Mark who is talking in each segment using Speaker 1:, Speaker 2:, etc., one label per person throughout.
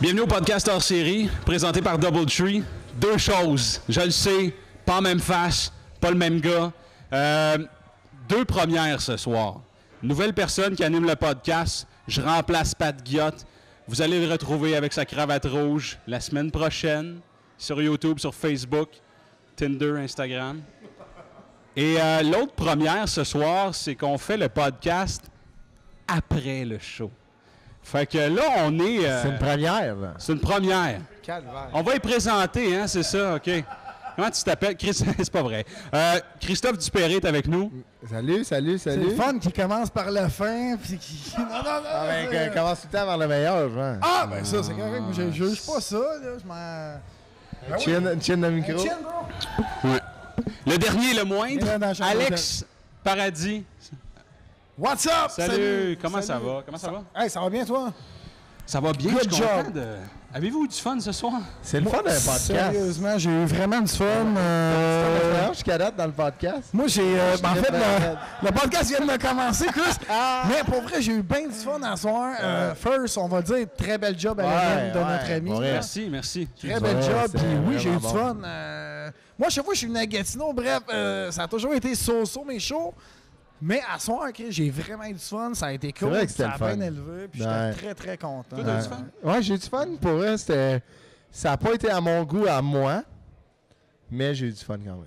Speaker 1: Bienvenue au podcast hors série, présenté par Doubletree. Deux choses, je le sais, pas en même face, pas le même gars. Euh, deux premières ce soir. Nouvelle personne qui anime le podcast, je remplace Pat Guillotte. Vous allez le retrouver avec sa cravate rouge la semaine prochaine, sur YouTube, sur Facebook, Tinder, Instagram. Et euh, l'autre première ce soir, c'est qu'on fait le podcast après le show. Fait que là, on est. euh,
Speaker 2: C'est une première. là.
Speaker 1: c'est une première.
Speaker 3: Calvaire.
Speaker 1: On va y présenter, hein, c'est ça, OK. Comment tu t'appelles? Chris- c'est pas vrai. Euh, Christophe Dupéré est avec nous.
Speaker 3: Salut, salut,
Speaker 2: C'est
Speaker 3: salut.
Speaker 2: le fun qui commence par la fin, puis qui. Non, non, non!
Speaker 3: Mmh. Ah, ben,
Speaker 2: c'est-
Speaker 3: que- commence tout le temps vers le meilleur, genre.
Speaker 2: Ah, ben ça, c'est correct, moi, je juge pas ça, là. Je m'en. Ben oui.
Speaker 3: Chin, chin de
Speaker 2: Hey,
Speaker 3: micro.
Speaker 2: chill, bro.
Speaker 1: Le dernier, le
Speaker 2: Il est dans la
Speaker 1: moindre,
Speaker 2: chambre
Speaker 1: Alex Paradis.
Speaker 2: What's up?
Speaker 1: Salut, comment ça va? Comment ça va?
Speaker 2: Hey, ça va bien, toi?
Speaker 1: Ça va bien,
Speaker 2: Good
Speaker 1: je suis content
Speaker 2: job.
Speaker 1: de- Avez-vous eu du fun ce soir?
Speaker 3: C'est le fun d'un podcast.
Speaker 2: Sérieusement, j'ai eu vraiment du fun.
Speaker 3: C'est
Speaker 2: euh,
Speaker 3: ton expérience jusqu'à date dans le podcast.
Speaker 2: Moi, j'ai. euh, ben, en
Speaker 3: très
Speaker 2: fait,
Speaker 3: malade.
Speaker 2: le, le podcast vient de commencer, Chris.
Speaker 3: Ah.
Speaker 2: mais pour vrai, j'ai eu bien du fun à soir. Euh, first, on va dire, très bel job à la
Speaker 3: Ouais,
Speaker 2: mine de
Speaker 3: ouais,
Speaker 2: notre ami.
Speaker 3: pour vrai.
Speaker 1: Merci, merci.
Speaker 2: Très bel
Speaker 3: Ouais,
Speaker 2: job,
Speaker 3: c'est
Speaker 2: puis oui, j'ai eu du
Speaker 3: vraiment
Speaker 2: fun. Euh, moi, chaque fois que je suis venu à Gatineau, bref, euh, ça a toujours été so-so mes shows. Mais à soir, Chris, j'ai vraiment eu du fun, ça a été cool,
Speaker 3: vrai que c'était
Speaker 2: ça a
Speaker 3: le fun.
Speaker 2: bien élevé, puis
Speaker 3: Ouais.
Speaker 2: j'étais très, très content.
Speaker 1: Toi, t'as eu du fun?
Speaker 3: Ouais, j'ai eu du fun. Pour eux, c'était. Ça n'a pas été à mon goût, à moi. Mais j'ai eu du fun quand même.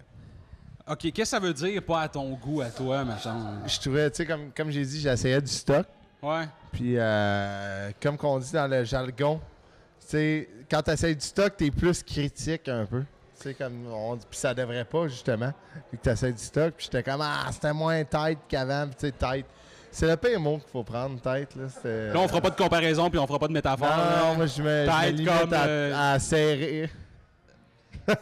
Speaker 1: OK, qu'est-ce que ça veut dire, pas à ton goût, à toi, machin?
Speaker 3: Je trouvais, tu sais, comme, comme j'ai dit, j'essayais du stock.
Speaker 1: Ouais.
Speaker 3: Puis, euh, comme qu'on dit dans le jargon, tu sais, quand tu essayes du stock, tu es plus critique un peu. Tu sais, comme on dit, puis ça devrait pas, justement, vu que tu essayes du stock. Puis j'étais comme, ah, c'était moins tight qu'avant, puis tu sais, tight. C'est le pire mot qu'il faut prendre, tight, là. c'était-
Speaker 1: Là, on fera pas de comparaison, puis on fera pas de métaphore. hein?
Speaker 3: Non,
Speaker 1: là.
Speaker 3: non, non, moi, je me, je me
Speaker 1: Tight
Speaker 3: limite
Speaker 1: comme,
Speaker 3: à,
Speaker 1: euh,
Speaker 3: à serrer.
Speaker 1: Euh,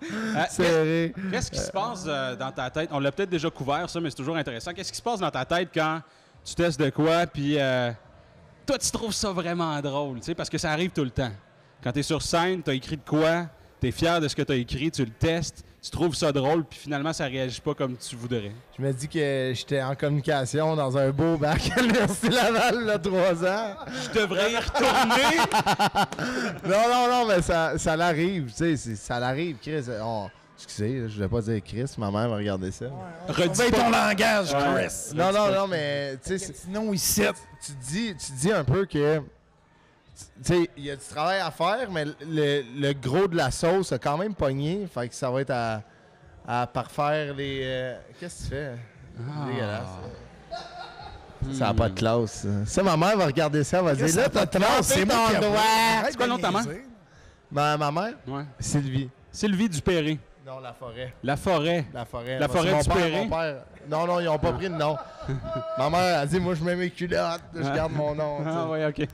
Speaker 1: qu'est-
Speaker 3: serrer.
Speaker 1: Qu'est-ce qui se passe euh, dans ta tête? On l'a peut-être déjà couvert, ça, mais c'est toujours intéressant. Qu'est-ce qui se passe dans ta tête quand tu testes de quoi, puis euh, toi, tu trouves ça vraiment drôle, tu sais, parce que ça arrive tout le temps. Quand tu es sur scène, tu as écrit de quoi, tu es fier de ce que tu as écrit, tu le testes, tu trouves ça drôle, puis finalement, ça réagit pas comme tu voudrais.
Speaker 3: Je me dis que j'étais en communication dans un beau bac à l'Université Laval, là, trois ans.
Speaker 1: Je devrais y retourner!
Speaker 3: Non, non, non, mais ça, ça l'arrive, tu sais, c'est- ça l'arrive, Chris. On- excusez, là, je voulais pas dire Chris, ma mère va regarder ça.
Speaker 1: Redis
Speaker 2: Réveille
Speaker 1: pas.
Speaker 2: ton langage,
Speaker 3: Ouais.
Speaker 2: Chris.
Speaker 3: Non, non, non, mais tu sais, c'est-
Speaker 2: Gatineau, ici.
Speaker 1: Ah,
Speaker 3: tu dis, tu dis un peu que, tu sais, il y a du travail à faire, mais le, le gros de la sauce a quand même pogné, fait que ça va être à, à parfaire les... euh, Qu'est-ce que tu fais? Dégueulasse. Ça n'a pas de classe. ça. Ça, ma mère va regarder ça, elle va dire, là, t'as trempé ton doigt.
Speaker 1: C'est quoi le nom de ta mère?
Speaker 3: Ma, ma mère,
Speaker 1: Ouais.
Speaker 3: Sylvie.
Speaker 1: Sylvie Dupéré,
Speaker 3: Non, la forêt.
Speaker 1: La Forêt.
Speaker 3: La forêt.
Speaker 1: La
Speaker 3: Parce que
Speaker 1: forêt
Speaker 3: mon
Speaker 1: du
Speaker 3: père-
Speaker 1: Perrin.
Speaker 3: mon père- Non, non, ils n'ont pas pris de nom. Ma mère a dit Moi, je mets mes culottes, je
Speaker 1: Ah.
Speaker 3: garde mon nom. tu sais.
Speaker 1: Ah, ouais, ok.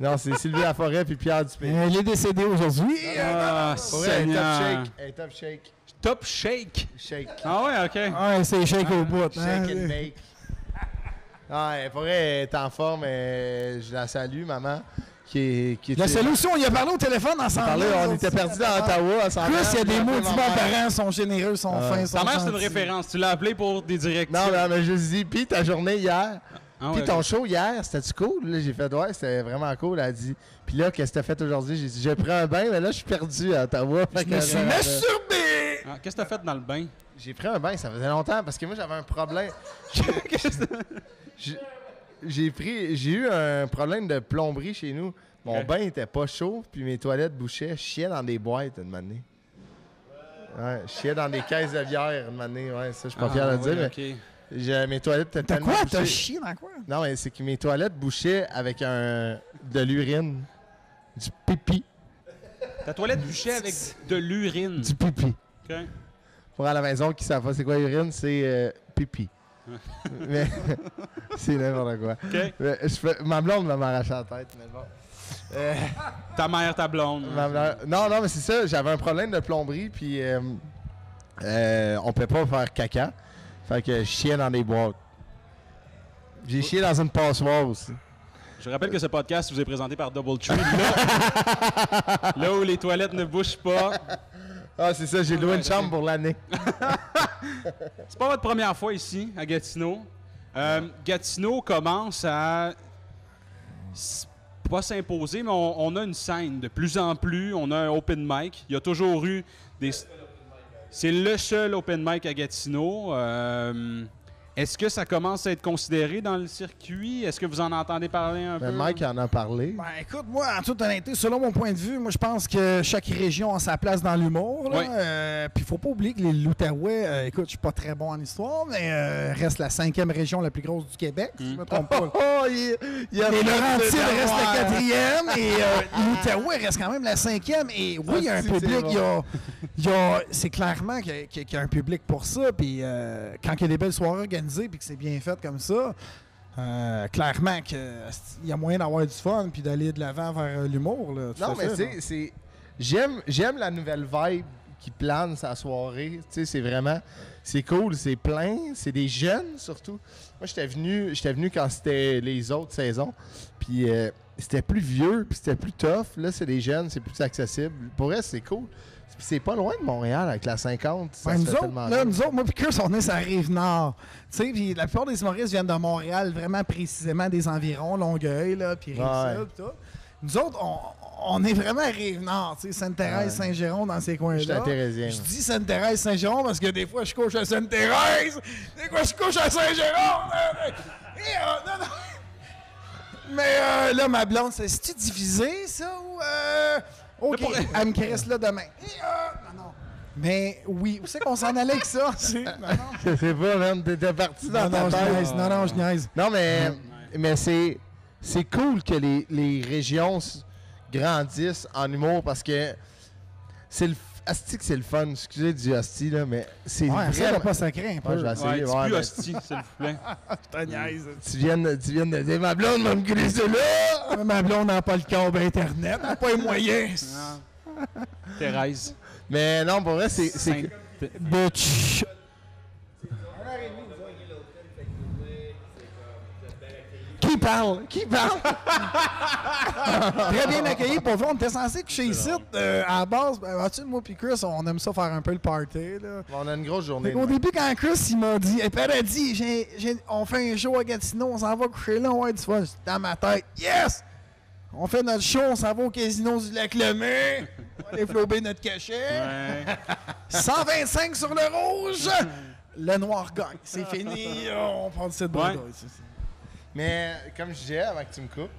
Speaker 3: Non, c'est Sylvie Laforêt puis Pierre Dupé.
Speaker 2: il est décédé aujourd'hui.
Speaker 1: Ah,
Speaker 3: Pour vrai, elle est top
Speaker 1: Seigneur.
Speaker 3: shake. Elle est top shake.
Speaker 1: Top Shake.
Speaker 3: Shake.
Speaker 1: Ah, ouais, ok.
Speaker 2: Ouais, c'est shake au bout. hein.
Speaker 3: Shake and bake. Ouais, pour vrai, elle est en forme. euh, je la salue, maman. Qui est, qui
Speaker 2: La
Speaker 3: était-
Speaker 2: solution, il a parlé au téléphone
Speaker 3: On
Speaker 2: ensemble.
Speaker 3: parlait, on était perdus dans Ottawa. elle s'en
Speaker 2: Chris, il y a
Speaker 3: allait,
Speaker 2: des
Speaker 3: puis
Speaker 2: mots
Speaker 3: appelé
Speaker 2: du
Speaker 3: ma
Speaker 2: bon
Speaker 3: mère.
Speaker 2: parents, sont généreux, sont
Speaker 3: Ah.
Speaker 2: fins, sont
Speaker 1: Ta mère, c'est une
Speaker 2: gentils.
Speaker 1: référence. Tu l'as appelée pour des directives.
Speaker 3: Non, non, mais je lui dis, puis ta journée hier,
Speaker 1: Ah,
Speaker 3: Puis
Speaker 1: ouais,
Speaker 3: ton
Speaker 1: ok.
Speaker 3: show hier, c'était-tu cool? Là, j'ai fait, ouais, c'était vraiment cool. Elle a dit, puis là, qu'est-ce que t'as fait aujourd'hui? J'ai dit, j'ai pris un bain, mais là, je suis perdu à Ottawa. Fait
Speaker 2: Je
Speaker 3: que,
Speaker 2: me suis
Speaker 3: euh,
Speaker 2: masturbé!
Speaker 1: Ah, Qu'est-ce que t'as fait dans le bain?
Speaker 3: J'ai pris un bain, ça faisait longtemps, parce que moi, j'avais un problème.
Speaker 1: Qu'est-ce que-
Speaker 3: J'ai- J'ai pris, j'ai eu un problème de plomberie chez nous. Mon
Speaker 1: Ok.
Speaker 3: bain était pas chaud, puis mes toilettes bouchaient. Je chiais dans des boîtes, une année. Ouais, je chiais dans des caisses de bière, une année. Ouais, ça, je suis pas
Speaker 1: Ah,
Speaker 3: fier de le
Speaker 1: ouais,
Speaker 3: dire, mais
Speaker 1: ok.
Speaker 3: j'ai- mes toilettes étaient
Speaker 2: T'as
Speaker 3: tellement
Speaker 2: quoi? T'as
Speaker 3: bouchées.
Speaker 2: chié dans quoi?
Speaker 3: Non, mais c'est que mes toilettes bouchaient avec un de l'urine. Du pipi.
Speaker 1: Ta toilette bouchait avec de l'urine.
Speaker 3: Du pipi.
Speaker 1: Ok.
Speaker 3: Pour à la maison qui savent pas c'est quoi l'urine, c'est euh, pipi. mais c'est n'importe quoi.
Speaker 1: Ok.
Speaker 3: Mais je fais- ma blonde m'a arraché la tête, mais bon. Euh,
Speaker 1: Ta mère, ta blonde.
Speaker 3: ma blonde- non, non, mais Ah, c'est ça, j'avais un problème de plomberie, puis euh, euh, on peut pas faire caca. Fait que je chiais dans des boîtes. J'ai chié dans une passoire aussi.
Speaker 1: Je rappelle que ce podcast vous est présenté par Doubletree. Là, là où les toilettes ne bougent pas.
Speaker 3: Ah, c'est ça, j'ai loué
Speaker 1: ouais,
Speaker 3: une chambre pour l'année.
Speaker 1: C'est pas votre première fois ici, à Gatineau. Euh, Gatineau commence à s- pas s'imposer, mais on, on a une scène de plus en plus. On a un open mic. Il y a toujours eu des. C'est le seul open mic à Gatineau. Euh, Est-ce que ça commence à être considéré dans le circuit? Est-ce que vous en entendez parler un
Speaker 3: Mais
Speaker 1: peu?
Speaker 3: Ben, Mike en a parlé.
Speaker 2: Ben écoute, moi, en toute honnêteté, selon mon point de vue, moi je pense que chaque région a sa place dans l'humour. là.
Speaker 1: Oui.
Speaker 2: Euh, Puis faut pas oublier que les- l'Outaouais, euh, écoute, je suis pas très bon en histoire, mais euh, reste la cinquième région la plus grosse du Québec, si je me trompe pas. là.
Speaker 3: Oh, il, il a
Speaker 2: Les
Speaker 3: fait
Speaker 2: Laurentides
Speaker 3: de
Speaker 2: restent
Speaker 3: l'avoir.
Speaker 2: la quatrième et euh, l'Outaouais reste quand même la cinquième. Et oui, il y a un
Speaker 3: Ah, si, c'est
Speaker 2: public,
Speaker 3: bon.
Speaker 2: il y a- il y a- c'est clairement qu'il y, a- qu'il y a- qu'il y a un public pour ça. Puis euh, quand il y a des belles soirées organisées puis que c'est bien fait comme ça, euh, clairement qu'il y a moyen d'avoir du fun puis d'aller de l'avant vers euh, l'humour. là, tout à
Speaker 3: Non, mais
Speaker 2: fait,
Speaker 3: tu sais, c'est. J'aime, j'aime la nouvelle vibe qui plane sa soirée. Tu sais, c'est vraiment. C'est cool, c'est plein, c'est des jeunes surtout. Moi, j'étais venu, j'étais venu quand c'était les autres saisons. Puis euh, c'était plus vieux, puis c'était plus tough. Là, c'est des jeunes, c'est plus accessible. Pour vrai, c'est cool. Puis c'est pas loin de Montréal avec la 50. Ça
Speaker 2: Ben,
Speaker 3: se
Speaker 2: nous,
Speaker 3: fait
Speaker 2: autres,
Speaker 3: tellement
Speaker 2: là,
Speaker 3: bien.
Speaker 2: nous autres, moi puis Curse, on est sur la rive nord. Tu sais, puis la plupart des humoristes viennent de Montréal, vraiment précisément des environs, Longueuil, là, puis Rive-Sud,
Speaker 3: Ouais.
Speaker 2: puis tout. Nous autres, on, on est vraiment à rive nord, tu sais, Sainte-Thérèse,
Speaker 3: Ouais.
Speaker 2: Saint-Géron, dans ces coins-là.
Speaker 3: J'étais un Thérésien,
Speaker 2: Je
Speaker 3: moi.
Speaker 2: dis Sainte-Thérèse, Saint-Géron parce que des fois, je couche à Sainte-Thérèse, des fois, je couche à Saint-Géron. là, là. Et, euh, non, non. Mais euh, là, ma blonde, c'est- c'est-tu divisé, ça, ou... Euh, OK,
Speaker 1: pour-
Speaker 2: elle me caresse là demain. Et, euh, non, non. Mais oui, où c'est qu'on s'en allait avec ça? c'est- Non, non,
Speaker 3: Je sais pas, man, t'étais parti dans
Speaker 2: non,
Speaker 3: ta
Speaker 2: non, je
Speaker 3: tête.
Speaker 2: niaise, non, non, je niaise.
Speaker 3: Non, mais, mais c'est, c'est cool que les, les régions s- grandissent en humour parce que c'est le. f- Asti que c'est le fun, excusez du asti, là, mais c'est
Speaker 2: Ouais, ça,
Speaker 3: vraiment...
Speaker 2: t'as pas sacré un peu.
Speaker 3: Ouais, je vais essayer,
Speaker 1: Ouais,
Speaker 3: ouais,
Speaker 1: c'est plus hostie,
Speaker 3: mais
Speaker 1: s'il vous plaît.
Speaker 2: Putain, niaise.
Speaker 3: tu, viens de, tu viens de dire « Ma blonde va me glisser là!
Speaker 2: Ouais, Ma blonde n'a pas le câble Internet, elle n'a pas les moyens.
Speaker 1: Ah. Thérèse. »
Speaker 3: Mais non, pour vrai, c'est... c'est
Speaker 1: Sainte-
Speaker 2: Bitch. Qui parle? Qui parle? Très bien accueilli. Pour vrai, on était censé coucher ici. euh, à la base, ben, vois-tu, moi puis Chris, on aime ça faire un peu le party. Là.
Speaker 3: On a une grosse journée.
Speaker 2: Fait qu'au
Speaker 3: demain.
Speaker 2: début, quand Chris il m'a dit, hey, paradis, j'ai- j'ai- on fait un show à Gatineau, on s'en va coucher là, ouais, tu vois, j'étais dans ma tête, yes! On fait notre show, on s'en va au casino du lac Lemay, on va aller flober notre cachet.
Speaker 1: Ouais.
Speaker 2: 125 sur le rouge. Le noir gagne. C'est fini. On prend cette
Speaker 1: Ouais.
Speaker 2: bande.
Speaker 3: Mais comme je disais avant que tu me coupes...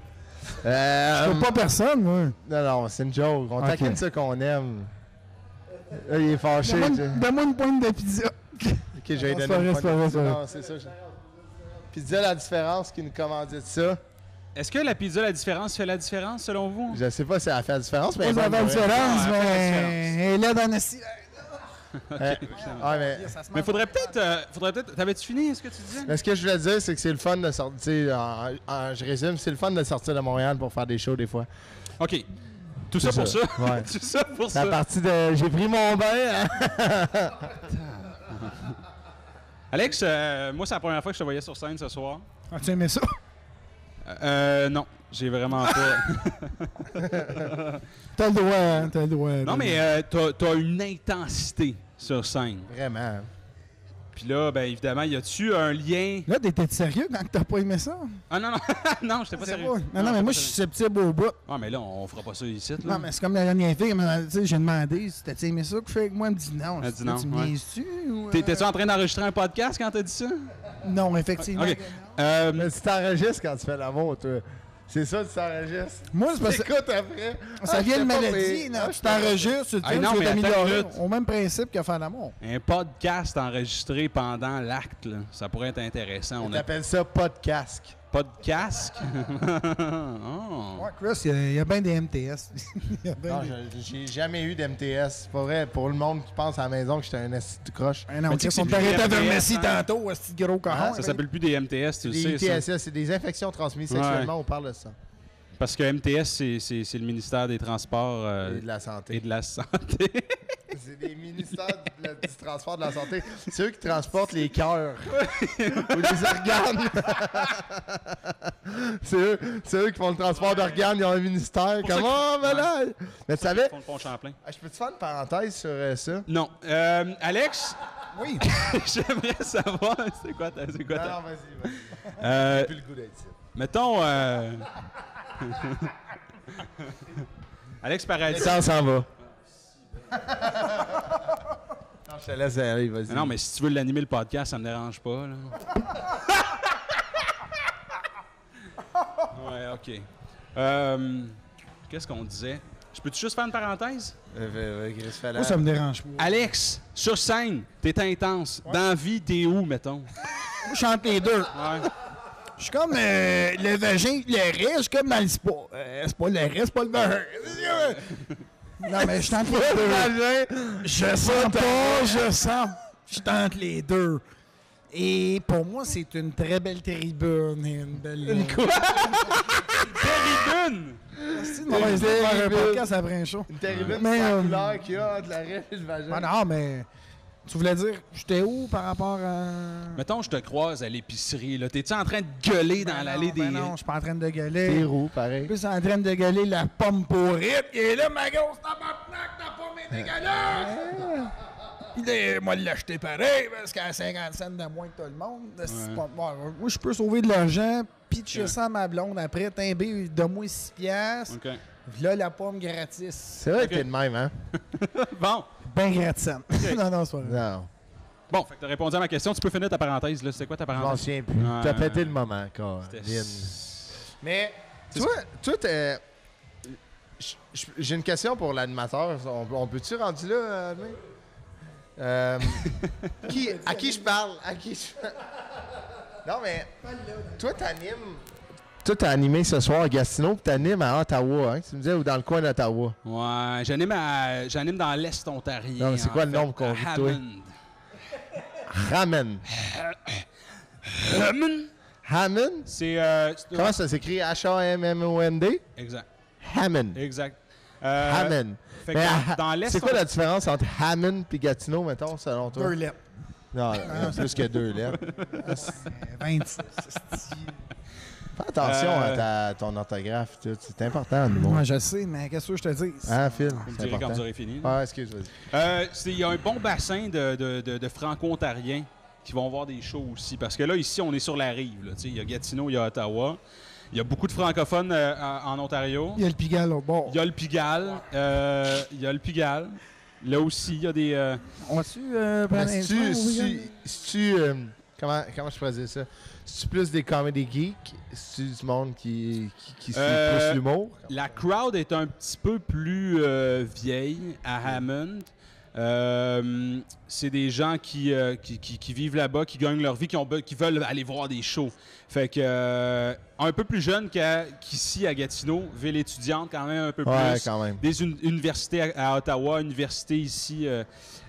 Speaker 3: euh,
Speaker 2: pas personne, moi.
Speaker 3: Non, non, c'est une joke. On
Speaker 2: Ok.
Speaker 3: taquine ça qu'on aime. Là, il est fâché.
Speaker 2: Donne-moi
Speaker 3: tu sais.
Speaker 2: une, donne-moi une pointe de pizza.
Speaker 3: Ok, je vais
Speaker 2: Non,
Speaker 3: lui donner une
Speaker 2: c'est pas vrai, c'est pas
Speaker 3: poignée.
Speaker 2: vrai, c'est vrai.
Speaker 3: Non, c'est ça. je- Puis dis la différence qui nous commandait de ça.
Speaker 1: Est-ce que la pizza, la différence, fait la différence selon vous?
Speaker 3: Je sais pas si elle a fait la différence, mais.
Speaker 2: Moi, ça
Speaker 3: elle est
Speaker 2: fait la
Speaker 3: Ben, bonne, pour
Speaker 2: différence,
Speaker 1: Ouais,
Speaker 2: mais. Elle est là dans le
Speaker 3: vrai. Euh, ouais, mais-
Speaker 1: Mais faudrait peut-être. euh, faudrait peut-être. T'avais-tu fini ce que tu disais?
Speaker 3: mais ce que je voulais dire, c'est que c'est le fun de sortir. tu sais, en- en- Je résume, c'est le fun de sortir de Montréal pour faire des shows des fois.
Speaker 1: OK. Tout ça pour ça.
Speaker 3: ça. Ouais.
Speaker 1: Tout ça pour
Speaker 3: La
Speaker 1: ça.
Speaker 3: partie de. J'ai pris mon bain. hein.
Speaker 1: Alex, euh, moi, c'est la première fois que je te voyais sur scène ce soir.
Speaker 2: As-tu aimé ça?
Speaker 1: Euh, non, j'ai vraiment pas.
Speaker 2: T'as le droit, hein, t'as le droit.
Speaker 1: non, mais euh, t'as- t'as une intensité sur scène.
Speaker 3: Vraiment.
Speaker 1: Puis là, ben évidemment, y a-tu un lien.
Speaker 2: Là, t'étais sérieux quand t'as pas aimé ça?
Speaker 1: Ah non, non, non, j'étais pas
Speaker 2: C'est
Speaker 1: sérieux.
Speaker 2: pas- Non, non, mais
Speaker 1: j'étais pas
Speaker 2: moi, je suis
Speaker 1: sérieux.
Speaker 2: susceptible au bout.
Speaker 1: Ah, mais là, on fera pas ça ici. Là.
Speaker 2: Non, mais c'est comme la dernière fille. mais, tu sais, J'ai demandé si t'as aimé ça que je fais avec moi. Elle me dit non.
Speaker 1: Elle dit non,
Speaker 2: Tu
Speaker 1: ouais.
Speaker 2: me niaises-tu? ou, euh?
Speaker 1: T'étais-tu en train d'enregistrer un podcast quand t'as dit ça?
Speaker 2: Non, effectivement.
Speaker 1: Ok.
Speaker 2: que non.
Speaker 1: Euh,
Speaker 3: Mais tu t'enregistres quand tu fais l'amour, toi. C'est ça, tu t'enregistres.
Speaker 2: Moi, c'est parce que.
Speaker 3: Écoute après.
Speaker 2: Ça
Speaker 3: Ah,
Speaker 2: vient de
Speaker 3: j'étais pas
Speaker 2: maladie,
Speaker 3: payé.
Speaker 2: non,
Speaker 3: Ah,
Speaker 2: tu t'enregistres, tu te
Speaker 1: Hey,
Speaker 2: dis,
Speaker 1: non,
Speaker 2: tu veux
Speaker 1: mais attends
Speaker 2: t'améliorer.
Speaker 1: une minute.
Speaker 2: Au même principe que faire l'amour.
Speaker 1: un podcast enregistré pendant l'acte, là, ça pourrait être intéressant. On a
Speaker 3: T'appelles ça pas de casque.
Speaker 1: pas de casque. Oh.
Speaker 2: Ouais, Chris, il y a- il y a, bien des MTS. Il y a bien
Speaker 1: Ah,
Speaker 3: Non,
Speaker 2: des-
Speaker 3: je- j'ai jamais eu d'MTS. C'est pas vrai. Pour le monde qui pense à la maison que j'étais un esti de croche.
Speaker 2: Hey, Ben non,
Speaker 1: Mais tu
Speaker 2: Chris,
Speaker 1: sais
Speaker 2: on
Speaker 1: que c'est
Speaker 2: t'arrêtait
Speaker 1: des
Speaker 2: avec
Speaker 1: MTS,
Speaker 2: Messi
Speaker 1: hein?
Speaker 2: tantôt, euh, ce gros coron.
Speaker 1: Ça s'appelle plus des MTS, tu le
Speaker 3: Les
Speaker 1: sais. ça.
Speaker 3: ITSS, c'est des infections transmises sexuellement, on parle de ça.
Speaker 1: Parce que MTS, c'est- c'est c'est le ministère des Transports euh,
Speaker 3: Et de la santé.
Speaker 1: et de la Santé.
Speaker 3: C'est des ministères de la- du transport de la santé. C'est eux qui transportent les cœurs ou les organes. c'est eux, c'est eux qui font le transport d'organes. Ils ont un ministère.
Speaker 1: ça
Speaker 3: Comment, malade? Mais tu savais, Ah,
Speaker 1: Ils font le pont Champlain.
Speaker 3: je peux te faire une parenthèse sur euh, ça?
Speaker 1: Non. Euh, Alex,
Speaker 2: Oui.
Speaker 1: j'aimerais savoir. C'est quoi ta. C'est quoi
Speaker 3: Non,
Speaker 1: ta-
Speaker 3: non, vas-y, vas-y.
Speaker 1: Euh,
Speaker 3: Plus le goût d'être ici.
Speaker 1: Mettons. euh, Alex Paradis.
Speaker 3: Ça, on s'en va. non, je te laisse aller, vas-y.
Speaker 1: Mais Non, mais si tu veux l'animer le podcast, ça me dérange pas. Là. ouais, ok. Euh, Qu'est-ce qu'on disait? Je peux-tu juste faire une parenthèse?
Speaker 3: Euh, euh, Chris Fallon.
Speaker 2: Moi, ça me dérange pas.
Speaker 1: Alex, sur scène, t'es intense. Dans la vie, t'es où, mettons?
Speaker 2: Moi, je chante les deux.
Speaker 1: Ouais.
Speaker 2: Je suis comme euh, le vagin, le riz, je suis comme dans le spa. Euh, c'est pas le riz, c'est pas le vagin. Non, mais je tente les deux. Je sens pas, je sens. Je tente les deux. Et pour moi, c'est une très belle tribune et une belle. euh, Une quoi?
Speaker 1: Terribune!
Speaker 2: on
Speaker 3: Une
Speaker 2: faire un
Speaker 3: tribune.
Speaker 2: podcast après un show.
Speaker 3: Une terrible
Speaker 2: Mais, euh,
Speaker 3: couleur qu'il y a entre la rêve et le vagin.
Speaker 2: Ah non, mais. Tu voulais dire, j'étais où par rapport à.
Speaker 1: Mettons, je te croise à l'épicerie. là. T'es-tu en train de gueuler dans
Speaker 2: Ben
Speaker 1: l'allée
Speaker 2: non,
Speaker 1: des.
Speaker 2: ben non, je suis pas en train de
Speaker 3: T'es
Speaker 2: gueuler.
Speaker 3: roux, pareil.
Speaker 2: En plus, en train de gueuler la pomme pourrite. Il est là, ma grosse tabarnak, ta pomme est dégueulasse! Il est, moi, de l'acheter pareil, parce qu'à 50 cents de moins que tout le monde, c'est pas- bon, moi, je peux sauver de l'argent, pitcher
Speaker 1: Ouais.
Speaker 2: ça à ma blonde après, timber, de moi 6 piastres,
Speaker 1: Ok.
Speaker 2: là, la pomme gratis.
Speaker 3: C'est vrai
Speaker 1: Ok.
Speaker 3: que t'es de même, hein?
Speaker 1: Bon.
Speaker 2: Ben gratis. non, non, c'est pas vrai.
Speaker 3: Non.
Speaker 1: Bon, fait que t'as répondu à ma question. Tu peux finir ta parenthèse. là. C'était quoi ta
Speaker 3: Je m'en
Speaker 1: parenthèse?
Speaker 3: souviens plus.
Speaker 1: Ah, Ouais.
Speaker 3: T'as pété le moment, encore. Mais, toi, toi, t'es. j- j- J'ai une question pour l'animateur. On, on peut-tu rendu là, euh, Admin? Euh, qui, à qui je parle? À qui je parle? Non, mais. Toi, t'animes. Toi, t'as animé ce soir à Gatineau, puis t'animes à Ottawa, hein? Tu me disais, ou dans le coin d'Ottawa.
Speaker 1: Ouais, j'anime, à- j'anime dans l'Est ontarien.
Speaker 3: Non, mais c'est
Speaker 1: en
Speaker 3: quoi le
Speaker 1: fait,
Speaker 3: nombre qu'on
Speaker 1: à
Speaker 3: vit, toi?
Speaker 1: Hammond.
Speaker 3: Ramen.
Speaker 1: Hammond?
Speaker 3: Hammond?
Speaker 1: C'est. euh, c'est-
Speaker 3: Comment ça s'écrit? H-A-M-M-O-N-D?
Speaker 1: Exact.
Speaker 3: Hammond.
Speaker 1: Exact. Euh,
Speaker 3: Hammond.
Speaker 1: fait
Speaker 3: Ah, Mais
Speaker 1: que
Speaker 3: à-
Speaker 1: dans, dans l'Est.
Speaker 3: C'est quoi
Speaker 1: on-
Speaker 3: la différence entre Hammond et Gatineau, mettons, selon toi?
Speaker 2: Deux lettres.
Speaker 3: Non,
Speaker 1: Ah,
Speaker 3: euh, plus que deux lettres.
Speaker 2: Euh, 26. c'est-tu.
Speaker 3: Fais attention
Speaker 1: Euh,
Speaker 3: à ta- ton orthographe, tout. C'est important, le mot.
Speaker 2: Moi, je sais, mais qu'est-ce que je te dis?
Speaker 3: Hein, Phil?
Speaker 1: Vous me
Speaker 3: C'est
Speaker 1: direz quand vous
Speaker 3: important.
Speaker 1: aurez fini.
Speaker 3: Ah, excuse, vas-y.
Speaker 1: Euh, c'est- Il y a un bon bassin de, de- de- de franco-ontariens qui vont voir des shows aussi. Parce que là, ici, on est sur la rive. là, tu sais. Il y a Gatineau, il y a Ottawa. Il y a beaucoup de francophones euh, en, en Ontario.
Speaker 2: Il y a le pigal au bord.
Speaker 1: Il y a le Pigalle. euh, il y a le Pigalle. Là aussi, il y a des. euh,
Speaker 2: On a-tu euh,
Speaker 3: Mais
Speaker 2: prendre un
Speaker 3: si tu-
Speaker 2: son, William?
Speaker 3: si- si tu, euh, Comment, comment je pourrais dire ça? Si tu plus des comedy geeks, si tu du monde qui, qui, qui suit
Speaker 1: Euh,
Speaker 3: plus l'humour,
Speaker 1: La crowd est un petit peu plus euh, vieille à Hammond. Euh, c'est des gens qui, euh, qui, qui- qui vivent là-bas, qui gagnent leur vie, qui, ont be- qui veulent aller voir des shows. Fait que euh, un peu plus jeune qu'à- qu'ici à Gatineau, ville étudiante quand même un peu
Speaker 3: ouais,
Speaker 1: plus.
Speaker 3: quand même.
Speaker 1: Des uni- universités à, à Ottawa, universités ici euh,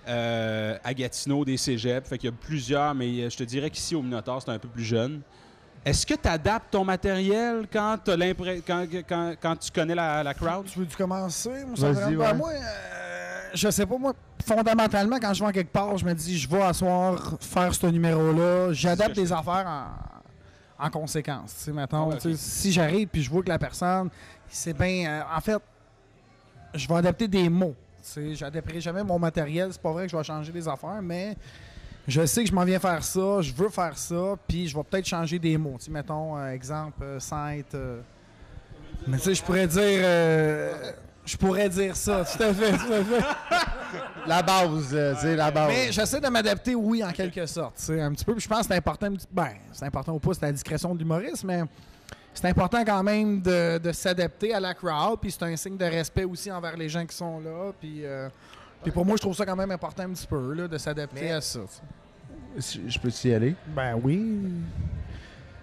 Speaker 1: euh, à Gatineau, des cégeps. Fait qu'il y a plusieurs, mais euh, je te dirais qu'ici au Minotaur, c'est un peu plus jeune. Est-ce que tu adaptes ton matériel quand, t'as l'impre- quand, quand- quand tu connais la, la crowd?
Speaker 2: Tu veux tu commencer? Moi, ça me
Speaker 3: Vas-y,
Speaker 2: rentre pas.
Speaker 3: ouais.
Speaker 2: Moi, euh, je sais pas, moi, fondamentalement, quand je vais en quelque part, je me dis, je vais asseoir, faire ce numéro-là. J'adapte
Speaker 1: C'est ce que
Speaker 2: des affaires en, en conséquence. Tu sais, mettons,
Speaker 1: Ah ouais,
Speaker 2: tu sais,
Speaker 1: ok.
Speaker 2: si j'arrive puis je vois que la personne, c'est bien. euh, en fait, je vais adapter des mots. Tu sais, j'adapterai jamais mon matériel. C'est pas vrai que je vais changer des affaires, mais. Je sais que je m'en viens faire ça, je veux faire ça, puis je vais peut-être changer des mots. Tu sais, mettons, euh, exemple, euh, sainte, euh, mais tu sais, je pourrais dire. euh, je pourrais dire ça, tout à fait, tout à fait.
Speaker 3: La base, euh, tu sais, la base.
Speaker 2: Mais j'essaie de m'adapter, oui, en quelque sorte. tu sais, Un petit peu. Puis je pense que c'est important. un petit- Ben, c'est important ou pas, c'est la discrétion de l'humoriste, mais c'est important quand même de, de s'adapter à la crowd. Puis c'est un signe de respect aussi envers les gens qui sont là. Puis, euh, puis pour moi, je trouve ça quand même important un petit peu là, de s'adapter
Speaker 3: Mais-
Speaker 2: à ça. tu sais.
Speaker 3: Je je peux-tu y aller?
Speaker 2: Ben oui.